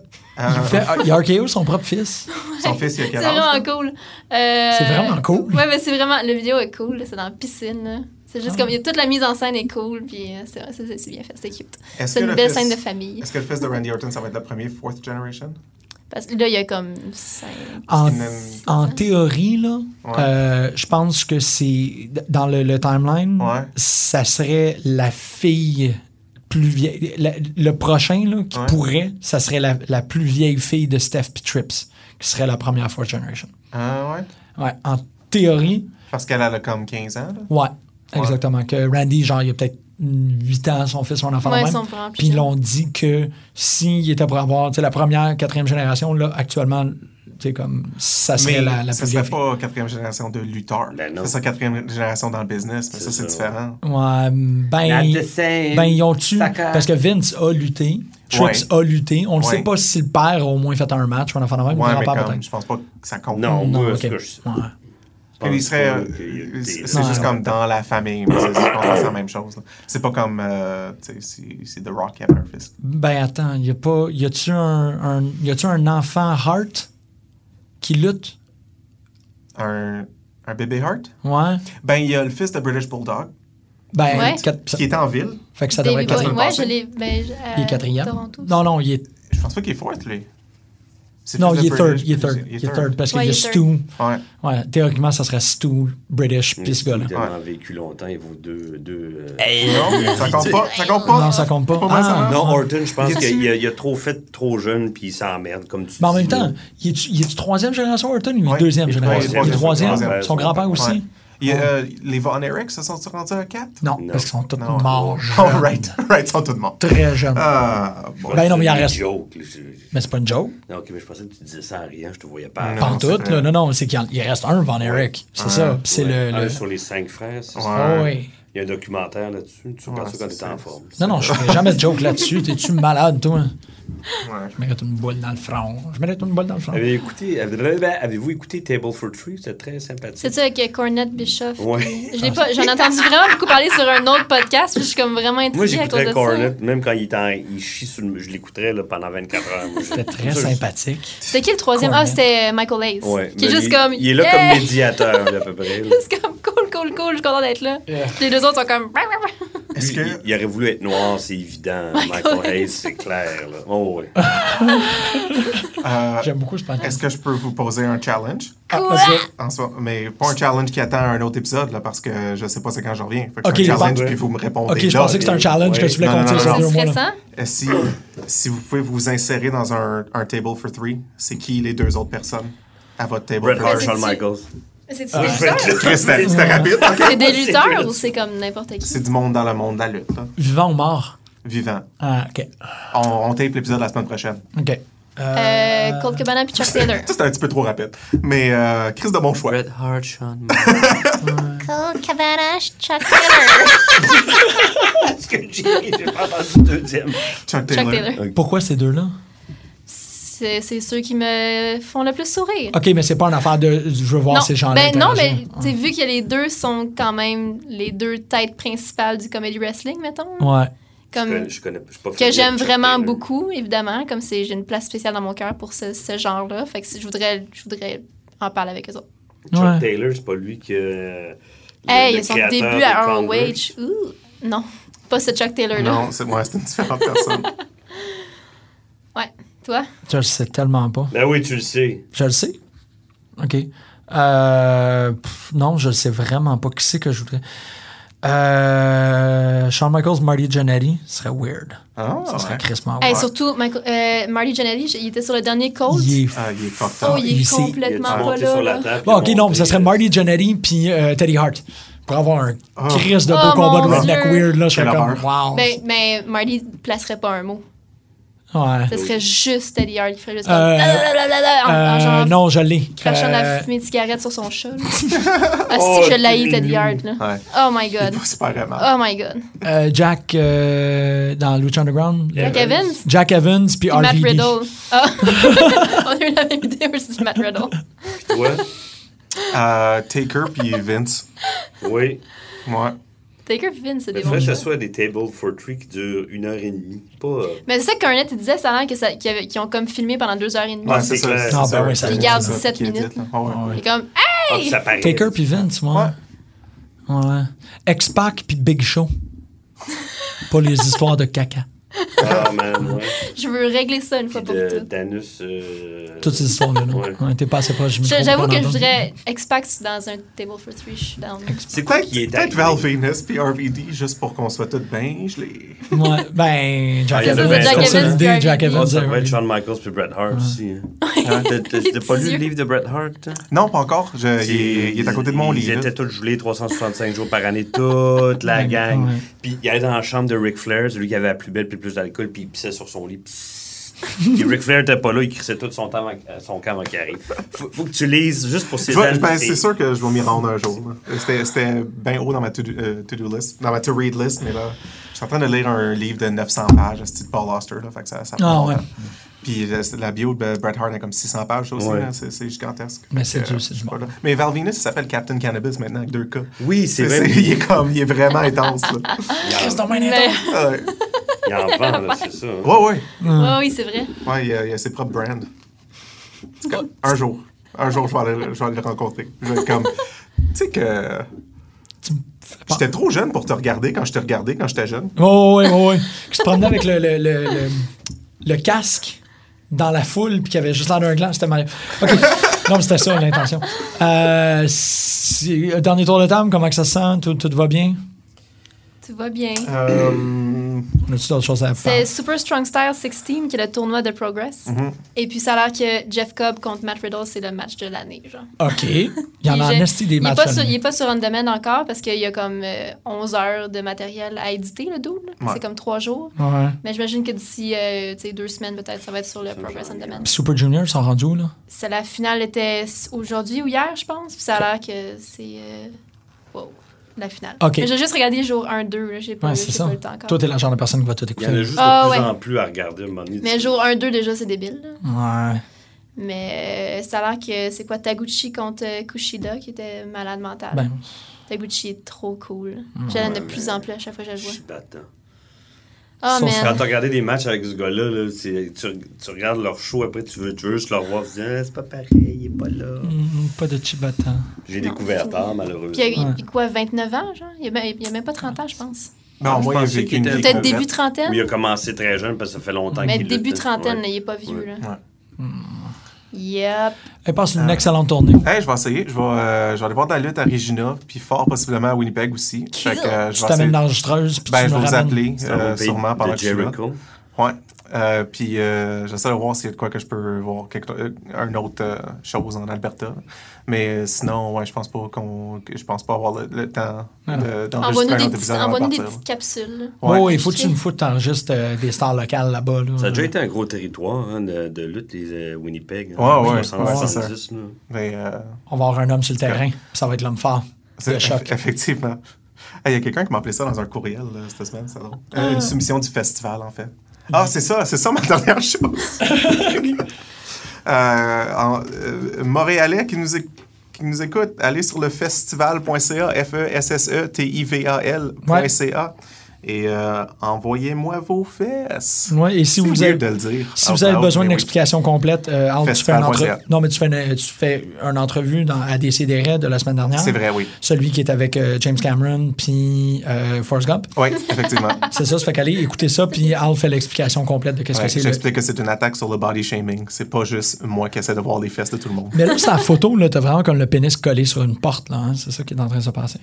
S3: Fait- ah, il a RKO son propre fils.
S6: (laughs) son fils, il a
S5: C'est
S6: quel âge?
S5: vraiment cool. Euh,
S3: C'est vraiment cool.
S5: Ouais, mais c'est vraiment la vidéo est cool, c'est dans la piscine. là. C'est juste
S3: Ah.
S5: comme il y a- toute la mise en scène est cool, puis euh, c'est c'est- c'est bien fait, c'est cute.
S6: Est-ce
S5: C'est
S6: que
S5: une
S6: le
S5: belle
S6: fils-
S5: scène de famille.
S6: Est-ce que le fils de Randy Orton, ça va être le premier fourth generation?
S5: Parce que là il y a comme cinq.
S3: En,
S6: Une-
S3: en théorie, là,
S6: Ouais.
S3: euh, je pense que c'est dans le, le timeline,
S6: Ouais.
S3: ça serait la fille plus vieille. la- le prochain là, qui
S6: Ouais.
S3: pourrait, ça serait la, la plus vieille fille de Steph Trips, qui serait la première Fourth Generation.
S6: Ah ouais?
S3: Ouais, en théorie,
S6: Parce qu'elle elle a comme 15 ans, là.
S3: ouais,
S6: Ouais.
S3: exactement. Que Randy, genre, il a peut-être 8 ans, son fils, son enfant
S5: Ouais,
S3: de même.
S5: son enfant,
S3: Puis
S5: putain.
S3: l'on dit que s'il était pour avoir tu sais, la première, quatrième génération, là, actuellement, tu sais, comme ça serait
S6: Mais
S3: la, la
S6: ça
S3: plus vieille
S6: serait
S3: fille.
S6: pas quatrième génération de lutteurs.
S4: Ben non.
S6: ça serait quatrième génération dans le business, mais
S4: C'est
S6: ça, c'est
S4: ça,
S6: différent.
S3: Ouais, ben,
S4: Not the same.
S3: ben, ils ont tu
S4: Sucker.
S3: parce que Vince a lutté, Trips a lutté. On ne
S6: Ouais.
S3: sait pas si le père a au moins fait un match ou un enfant de même, ou
S6: Ouais,
S3: un
S6: mais
S3: grand-père
S6: comme,
S3: peut-être.
S6: je pense pas que ça compte.
S4: Non, moi,
S3: ok.
S4: ce que je je
S3: Ouais.
S6: Puis il
S4: pense
S6: serait,
S4: pas
S6: euh,
S4: qu'il y a-
S6: c'est
S3: Ouais.
S6: c'est juste comme dans la famille. mais c'est- Je pense que c'est la même chose. là. C'est pas comme, euh, tu sais, si, si The Rock avait un fils.
S3: Ben attends, y a pas, y a-tu un, un- y a-tu un enfant Hart qui lutte?
S6: Un, un bébé Hart?
S3: Ouais.
S6: Ben, il y a le fils de British Bulldog,
S3: Ben,
S5: Ouais.
S3: quatre-
S6: qui est en ville.
S3: fait que ça devrait
S5: Davey
S3: être quatrième.
S5: Boy, Euh,
S6: semaine
S5: ouais,
S6: passée.
S5: je l'ai ben, je- à
S3: Il est quatrième.
S5: Toronto.
S3: Non, non, il est,
S6: Je pense pas qu'il est fourth, lui. C'est
S3: non,
S6: fils de
S3: il est third,
S6: British-
S3: il est third, il est third, parce qu'il
S5: Ouais,
S3: y a
S5: il est
S3: Stu.
S6: Ouais.
S3: Ouais, théoriquement, ça serait Stu, British, puis ce gars-là.
S4: Ils ont tellement vécu longtemps, ils vaut deux. deux euh,
S6: Non, ça compte pas. Ça compte pas.
S3: Non, ça compte pas.
S6: Pour moi, ça
S3: Ah.
S6: marche.
S4: Non, Orton, je pense
S6: Qu'est-ce que-
S4: qu'il a, il a trop fait trop jeune, puis il s'emmerde, comme tu
S3: Mais en même
S4: dis, là.
S3: temps, ben il est, il est du troisième génération Orton ou il est
S6: Ouais,
S3: deuxième
S6: il est
S3: génération?
S4: troisième.
S3: Il est troisième.
S4: Troisième.
S3: Son grand-père aussi?
S6: Ouais. Il y a, euh, les Von Eric se sont rendus à 4?
S3: Non,
S4: Non.
S3: parce qu'ils sont tous
S6: Non.
S3: morts. jeunes.
S6: (laughs) Oh, right. (laughs) Right, ils sont tous morts.
S3: Très jeunes.
S6: Ah, bon.
S3: Ben non, mais il en
S4: C'est des
S3: reste.
S4: jokes, là, c'est-
S3: Mais c'est pas une joke.
S4: Non, ok, mais je pensais que tu disais ça en riant, je te voyais pas.
S3: Pas en
S6: Non,
S3: tout,
S6: c'est vrai.
S3: là. Non, non, c'est qu'il en- il reste un Von Eric. C'est ça. Puis C'est
S4: Ouais.
S3: le.
S4: Un
S3: le-
S4: sur les cinq frères, c'est ça?
S3: Ah oui.
S4: Il y a un documentaire là-dessus. Tu regardes
S6: Ouais,
S4: ça quand
S6: c'est
S4: t'es en
S6: ça.
S4: forme.
S3: Non, non, je ferai jamais de joke là-dessus. T'es-tu malade, toi?
S6: Ouais.
S3: Je mérite une boule dans le front. Je mérite une boule dans le front.
S4: Avez-vous écouté, avez, avez-vous écouté Table for Three? C'était très sympathique.
S5: C'est ça avec euh, Cornette Bischoff.
S3: Oh.
S5: (laughs)
S4: Ouais.
S5: Je l'ai pas, j'en ai entendu vraiment beaucoup parler sur un autre podcast, puis je suis comme vraiment
S4: Moi,
S5: intriguée à cause de
S4: j'écouterais
S5: ça.
S4: Cornette, même quand il, était en- il chie sur le... Je l'écouterais là, pendant 24 heures. moi, je-
S3: C'était très
S4: Ça, je-
S3: sympathique.
S5: C'était qui le troisième Ah,
S3: Cornette.
S5: c'était euh, Michael Hayes.
S4: Ouais,
S5: qui est
S4: mais
S5: juste
S4: il,
S5: comme.
S4: Il est là
S5: yeah!
S4: comme
S5: (laughs)
S4: médiateur, là, à peu près. là.
S5: Juste comme cool, cool, cool, je suis content d'être là. Puis les deux autres sont comme.
S6: Est-ce
S4: Lui,
S6: que-
S4: il, il aurait voulu être noir, c'est
S5: (laughs)
S4: évident. Michael Hayes, c'est clair. Là. Oh, ouais.
S6: Euh,
S3: J'aime beaucoup ce
S6: Est-ce
S3: podcast.
S6: que je peux vous poser un challenge?
S3: Ah,
S5: Quoi?
S3: vas-y.
S6: En soi, mais pas un challenge qui attend un autre épisode, là, parce que je sais pas c'est quand je reviens. Fait que
S3: Ok,
S6: c'est un
S3: je
S6: challenge,
S3: pense-
S6: puis vous me répondez
S3: Ok, je
S6: là.
S3: pensais que c'était un challenge que tu voulais
S6: Non,
S3: qu'on
S6: non,
S3: tire
S6: non,
S3: sur
S6: non.
S3: deux
S5: C'est
S3: mois. là.
S5: stressant.
S6: Euh, Si, si vous pouvez vous insérer dans un, un table for three, c'est qui les deux autres personnes à votre table
S4: Bret
S6: for
S4: Hart,
S5: c'est-
S6: three?
S4: Shawn Michaels.
S5: C'est
S6: Chris, C'était c'était rapide. ok.
S5: C'est des
S4: Ah, C'est
S5: lutteurs
S4: vrai.
S5: ou c'est comme n'importe qui?
S6: C'est du monde dans le monde de la lutte, là.
S3: Vivant ou mort?
S6: vivant.
S3: Ah, OK.
S6: On, on tape l'épisode la semaine prochaine.
S3: OK.
S5: Euh, Cold Cabana puis Chuck Taylor.
S6: Ça, c'était un petit peu trop rapide. Mais euh, Chris de bon choix.
S4: Bret Hart, Shawn Michaels.
S5: Cold Cabana, Ah, Chuck Taylor.
S4: Parce que j'ai j'ai pas entendu le deuxième.
S6: Chuck Taylor.
S5: Chuck Taylor.
S3: Pourquoi ces deux-là?
S5: C'est c'est ceux qui me font le plus sourire.
S3: OK, mais c'est pas une affaire de je veux voir
S5: non,
S3: ces gens-là.
S5: ben, non, mais
S3: interagir. Ah.
S5: t'sais, vu que les deux sont quand même les deux têtes principales du comedy wrestling, mettons.
S3: Ouais.
S5: Comme,
S4: Je, je connais je suis pas
S5: que
S4: familier
S5: j'aime
S4: avec Chuck
S5: vraiment
S4: Taylor.
S5: beaucoup, évidemment, comme c'est j'ai une place spéciale dans mon cœur pour ce, ce genre-là. Fait que si- je voudrais, je voudrais en parler avec eux autres.
S4: Chuck
S3: Ouais.
S4: Taylor, c'est pas lui que. le-
S5: hey,
S4: le
S5: son
S4: créateur
S5: début
S4: de
S5: à
S4: Converse.
S5: ROH. Ouh, non, pas ce Chuck Taylor-là.
S6: Non, c'est ouais, c'est une
S3: (laughs)
S6: différente personne.
S5: Ouais, toi?
S3: Je le sais tellement pas.
S4: Ben oui, tu le sais.
S3: Je le sais. OK. Euh, pff, non, je le sais vraiment pas. Qui c'est que je voudrais. Euh, Shawn Michaels, Marty Jannetty, ce serait weird.
S6: Ah,
S3: ça serait
S6: ouais.
S3: crissement
S5: Hey,
S3: weird.
S5: surtout, Michael- euh, Marty Jannetty, j- il était sur le dernier Cold.
S3: Il est
S6: Ah, il est fucked
S5: Oh,
S6: up.
S5: il
S3: il
S5: est
S3: s'est-
S4: Il
S5: complètement
S4: a-tu
S5: pas
S4: monté
S5: là.
S4: sur la
S5: là.
S4: table,
S3: Bon,
S4: il
S3: ok,
S4: a
S3: non, mais
S4: monté,
S3: ça serait
S4: euh,
S3: Marty Jannetty puis euh, Teddy Hart. Pour avoir un
S4: Ah.
S6: Oh.
S3: Chris de
S5: Oh,
S3: beau combat de
S5: mon
S3: redneck
S5: Dieu.
S3: weird, là, je serais
S6: Quelle
S3: comme,
S6: horreur.
S3: wow.
S5: Ben, mais Marty placerait pas un mot.
S3: Ouais.
S5: Ce serait juste Eddie Hart qui ferait juste
S3: Euh,
S5: comme blablabla en, en
S3: Euh,
S5: genre
S3: non, je l'ai.
S5: crachant
S3: Euh,
S5: la fumée de cigarette sur son
S3: (laughs)
S5: chat. là. ah
S4: Oh,
S5: si, je l'ai Eddie Hart là.
S6: Ouais.
S5: Oh my
S6: Il est
S5: god.
S6: pas super aimable.
S5: Oh my god.
S3: euh, Jack euh, dans Lucha Underground.
S5: Jack
S3: Le-
S5: Evans?
S3: Jack Evans, puis
S5: Puis Matt
S3: RVD.
S5: Riddle.
S3: (laughs)
S5: Ah. On a eu la même idée, mais c'est Matt Riddle.
S4: Toi?
S5: Ah.
S6: Euh, Taker puis Vince.
S4: oui.
S6: Ouais.
S5: Taker Vince, c'est
S4: Mais
S5: des
S4: il faudrait
S5: bons
S4: que ce
S5: choix.
S4: soit des Table for Three qui durent une heure et demie. Pas. euh,
S5: Mais c'est ça qu'Ernest il disait, ça a l'air que ça- qu'ils avaient- qu'ils ont comme filmé pendant deux heures et demie.
S4: Ouais, c'est clair.
S6: c'est
S3: Ah, ben oui, ça-
S6: c'est
S3: Il
S5: garde
S6: c'est
S5: 17
S6: qui est dit,
S5: minutes,
S6: là. Ah ouais.
S3: Ah ouais.
S5: Et comme,
S4: ah, que ça paraît.
S3: Taker puis Vince, ouais. Ouais. X-Pac puis Big
S5: (laughs)
S3: Show. Pas les histoires de caca.
S4: Ah, man,
S5: (laughs)
S4: ouais.
S5: ah, je veux régler ça une fois
S4: Puis
S5: pour
S4: de
S5: toutes.
S4: Danus. euh,
S3: Toutes ces histoires-là. là.
S4: Ouais.
S3: Ouais, T'es pas assez proche du micro
S5: Je- J'avoue
S3: pour
S5: que je
S3: l'entendre.
S5: voudrais X-Pac dans un Table for Three, je suis down.
S4: C'est quoi
S6: Peut-être
S4: qui est
S6: peut-être
S4: arrivé?
S6: Val Venus puis RVD juste pour qu'on soit tous bien. Je les.
S3: Ouais, ben, Jack
S4: Ah, il y en a
S3: Evans.
S4: plein. Jack
S3: c'est
S4: Evans,
S3: l'idée,
S5: Jack
S3: Jack
S5: Evans.
S4: Ah,
S3: Evans.
S4: ça va
S3: ouais.
S4: être Shawn Michaels puis Bret Hart aussi. hein.
S5: Ouais.
S4: T'as-
S5: (laughs)
S4: t'as- T'as pas lu
S5: Dieu.
S4: le livre de Bret Hart? hein?
S6: (laughs) Non, pas encore. Je- il, est, il est à côté de mon
S4: ils
S6: lit. là.
S4: étaient tous gelés 365 jours par année, toute
S3: (laughs)
S4: la
S3: Ouais,
S4: gang.
S3: ouais.
S4: Puis il allait dans la chambre de Ric Flair, celui qui avait la plus belle puis le plus d'alcool, puis il pissait sur son lit. Psst. Puis Ric Flair était pas là, il crissait tout son, temps avant- son camp avant qu'il arrive. Faut, faut que tu lises juste pour
S6: Je
S4: ses
S6: vais-
S4: années.
S6: ben, c'est sûr que je vais m'y rendre un jour. là. C'était- C'était bien haut dans ma to-do euh, to-do list, dans ma to-read list, mais là, je suis en train de lire un livre de 900 pages, c'est de Paul Auster, là, fait que ça, ça prend
S3: Ah,
S6: longtemps.
S3: ouais.
S6: Puis euh, c'est- la bio de Bret Hart est comme 600 pages, ça aussi,
S4: Ouais.
S6: là, c'est c'est gigantesque.
S3: Mais
S6: Fait
S3: c'est
S6: que,
S3: dur,
S6: euh,
S3: c'est
S6: je
S3: du
S6: sais
S3: bon.
S6: pas, là. Mais Val Venus, il s'appelle Captain Cannabis maintenant, avec deux cas.
S4: Oui, c'est
S6: C'est-
S4: vrai.
S6: c'est- Il est comme, il est vraiment
S4: (laughs)
S6: intense, là.
S4: Il en-
S3: C'est donc bien
S5: Mais- (laughs)
S3: intense.
S6: Ouais,
S4: il en vend, là, c'est ça. hein.
S6: ouais. ouais.
S5: Ouais, oh oui, c'est vrai.
S6: Ouais, il, a, il a ses propres brands. En tout cas, Un jour. Un jour, je vais aller, je vais aller le rencontrer. Je vais être comme. Tu sais que.
S3: Tu me fais peur.
S6: J'étais trop jeune pour te regarder quand je te regardais quand j'étais jeune.
S3: Oh, ouais, ouais, ouais. Qui se promenait avec le, le, le, le, le casque dans la foule, puis qui avait juste l'air d'un gland, c'était mal. OK. Non, mais c'était ça l'intention. Euh, si- euh, dernier tour de table, comment que ça se sent? Tout, tout va bien?
S5: Tout va bien.
S6: Euh,
S3: On a-tu d'autres choses à
S5: C'est
S3: faire?
S5: Super Strong Style 16 qui est le tournoi de Progress.
S3: Mm-hmm.
S5: Et puis ça a l'air que Jeff Cobb contre Matt Riddle, c'est le match de l'année. genre.
S3: OK. Il y en a en
S5: Puis je-
S3: esti des
S5: il est
S3: matchs.
S5: pas
S3: à
S5: sur-
S3: mener.
S5: Il n'est pas sur On Demand encore parce qu'il y a comme euh, 11 heures de matériel à éditer, le double.
S6: Ouais.
S5: C'est comme trois jours.
S3: Ouais.
S5: Mais j'imagine que d'ici euh, tu sais, deux semaines, peut-être, ça va être sur le Progress On Demand.
S3: Puis Super Junior, ils sont rendus où, là?
S5: Ça, la finale était s- aujourd'hui ou hier, je pense. Puis ça a l'air que c'est. euh, wow, la finale.
S3: Ok.
S5: Mais j'ai juste regardé jour 1-2. là, J'ai pas,
S3: Ouais,
S5: j'ai
S3: c'est
S5: pas
S3: ça.
S5: le temps encore.
S3: Toi, t'es le genre de personne qui va tout
S4: Il y en a
S3: écouter.
S4: juste
S5: Ah,
S4: de plus
S5: ouais.
S4: en plus à regarder. à un moment donné,
S5: Mais
S4: tu-
S5: jour 1-2, déjà, c'est débile. là.
S3: Ouais.
S5: Mais euh, ça a l'air que c'est quoi Taguchi contre euh, Kushida qui était malade mental.
S3: Ben,
S5: Taguchi est trop cool. Je l'aime de
S4: Ouais,
S5: plus
S4: mais-
S5: en plus à chaque fois que je le vois.
S4: Je suis battant.
S5: Oh
S3: Sauf
S4: Quand
S5: man.
S4: t'as regardé des matchs avec ce gars-là, là, c'est- tu, tu regardes leur show, après tu veux, tu veux juste leur voir, tu dis, Ah, c'est pas pareil, il est pas là.
S3: mm, pas de Chibata.
S4: J'ai
S5: Non,
S4: découvert
S5: c'est
S4: tard,
S5: fini.
S4: malheureusement.
S5: Puis il y a-
S3: Ouais.
S5: il y a quoi, 29 ans, genre Il y a, même- il y a même pas 30 ans, je pense.
S6: non,
S4: Ah, je
S6: moi,
S4: pensais
S6: j'ai
S4: qu'il
S6: qu'une
S4: était-
S6: vie
S5: Peut-être
S6: complète.
S5: début
S4: Où il
S5: trentaine
S4: a commencé très jeune parce que ça fait longtemps
S5: Mais
S4: qu'il
S5: début
S4: lutte, hein.
S5: trentaine, là,
S4: Ouais.
S5: il est pas vieux.
S4: Ouais.
S5: là. Yep.
S3: Elle passe une
S6: Ah.
S3: excellente tournée.
S6: Hey, je vais essayer. Je vais, euh, je vais aller voir de la lutte à Regina, puis fort possiblement à Winnipeg aussi. Fait que, euh,
S3: Tu
S6: je vais
S3: t'amènes
S6: essayer-
S3: l'enregistreuse, puis
S6: Ben,
S3: tu
S6: je
S3: nous
S6: vais vous
S3: ramènes.
S6: appeler
S4: C'est
S6: euh,
S4: un pays
S6: sûrement pendant
S4: de
S6: que je suis là.
S4: Jericho.
S6: Ouais. Euh, puis euh, j'essaie de voir s'il y a de quoi que je peux voir quelque, euh, un autre euh, chose en Alberta. Mais euh, sinon, ouais, je pense pas qu'on, que je pense pas avoir le, le
S3: Ah
S6: temps
S3: non.
S6: de- d'enregistrer
S5: Envoie-nous
S6: un
S5: des,
S6: autre
S5: petits-
S6: épisode avant
S5: envoie-nous
S6: de
S5: des
S6: partir.
S5: petites capsules.
S3: Oui,
S6: Ouais.
S3: ouais, il faut que tu me foutes t'enregistres euh, des stars locales là-bas. Là.
S6: Mm-hmm.
S4: Ça a déjà été un gros territoire hein, de, de lutte, les euh, Winnipeg.
S6: Ouais,
S4: en
S6: ouais,
S4: 1970,
S6: ouais,
S4: là.
S6: Mais euh,
S3: On va avoir un homme sur le terrain, puis ça va être l'homme fort. Le
S6: c'est (laughs)
S3: choc.
S6: effectivement. Ah, Il y a quelqu'un qui m'a appelé ça dans un courriel là, cette semaine, c'est drôle. Euh, Une soumission du festival, en fait. Ah, c'est ça, c'est ça ma (laughs) dernière chose. Euh, en- euh, Montréalais qui nous, éc- qui nous écoute, allez sur le festival.ca, E F-E-S-S-E-T-I-V-A-L.ca et euh, envoyez-moi vos fesses.
S3: Ouais, et si vous
S6: avez
S3: avez,
S6: de le dire.
S3: si
S6: out
S3: vous avez
S6: loud,
S3: besoin
S6: mais
S3: d'une
S6: oui.
S3: explication complète, euh, Al, tu fais une
S6: Festival.ca.
S3: entrevue. Non, mais tu fais une, euh, tu fais une entrevue dans, à DCDR de la semaine dernière.
S6: C'est vrai, oui.
S3: Celui qui est avec euh, James Cameron puis euh, Forrest Gump.
S6: Oui,
S3: (laughs)
S6: effectivement.
S3: C'est ça, ça fait qu'aller écouter ça, puis Al fait l'explication complète de qu'est-ce
S6: Ouais,
S3: que c'est. le-
S6: J'explique que c'est une attaque sur le body shaming. C'est pas juste moi qui essaie de voir les fesses de tout le monde.
S3: Mais là, sa photo, là, t'as vraiment comme le pénis collé sur une porte, là. hein. C'est ça qui est en train de se passer.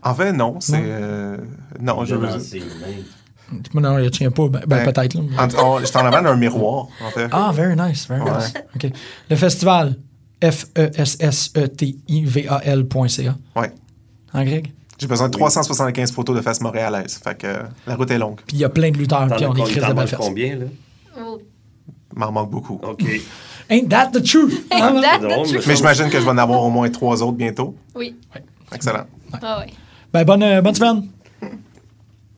S6: En fait, non, c'est. euh, non, je.
S4: Dans ses mains.
S3: Non, non, il tient pas. Ben, ben,
S6: Ben,
S3: peut-être, là.
S6: en- en- J'étais en avant d'un miroir, en fait.
S3: Ah, very nice, very nice. OK. Le festival, E F-E-S-S-E-T-I-V-A-L.ca.
S6: Ouais.
S3: En grec.
S6: J'ai besoin de 375 photos de fesses montréalaises. Fait que euh, la route est longue.
S3: Puis il y a plein de lutteurs,
S4: T'en
S3: puis
S4: as
S3: on est
S4: con-
S3: crise de
S4: t'en
S3: belles
S4: manges
S3: fesses.
S4: combien, là?
S5: Oh.
S6: M'en manque beaucoup.
S4: OK.
S3: Ain't that the truth? Hein, là?
S5: That-
S4: drôle,
S5: that's
S4: mais
S5: true.
S6: Mais j'imagine que je vais en avoir au moins trois autres bientôt.
S5: Oui.
S6: Excellent.
S5: Ah ouais.
S3: Ben, bonne, euh, bonne semaine.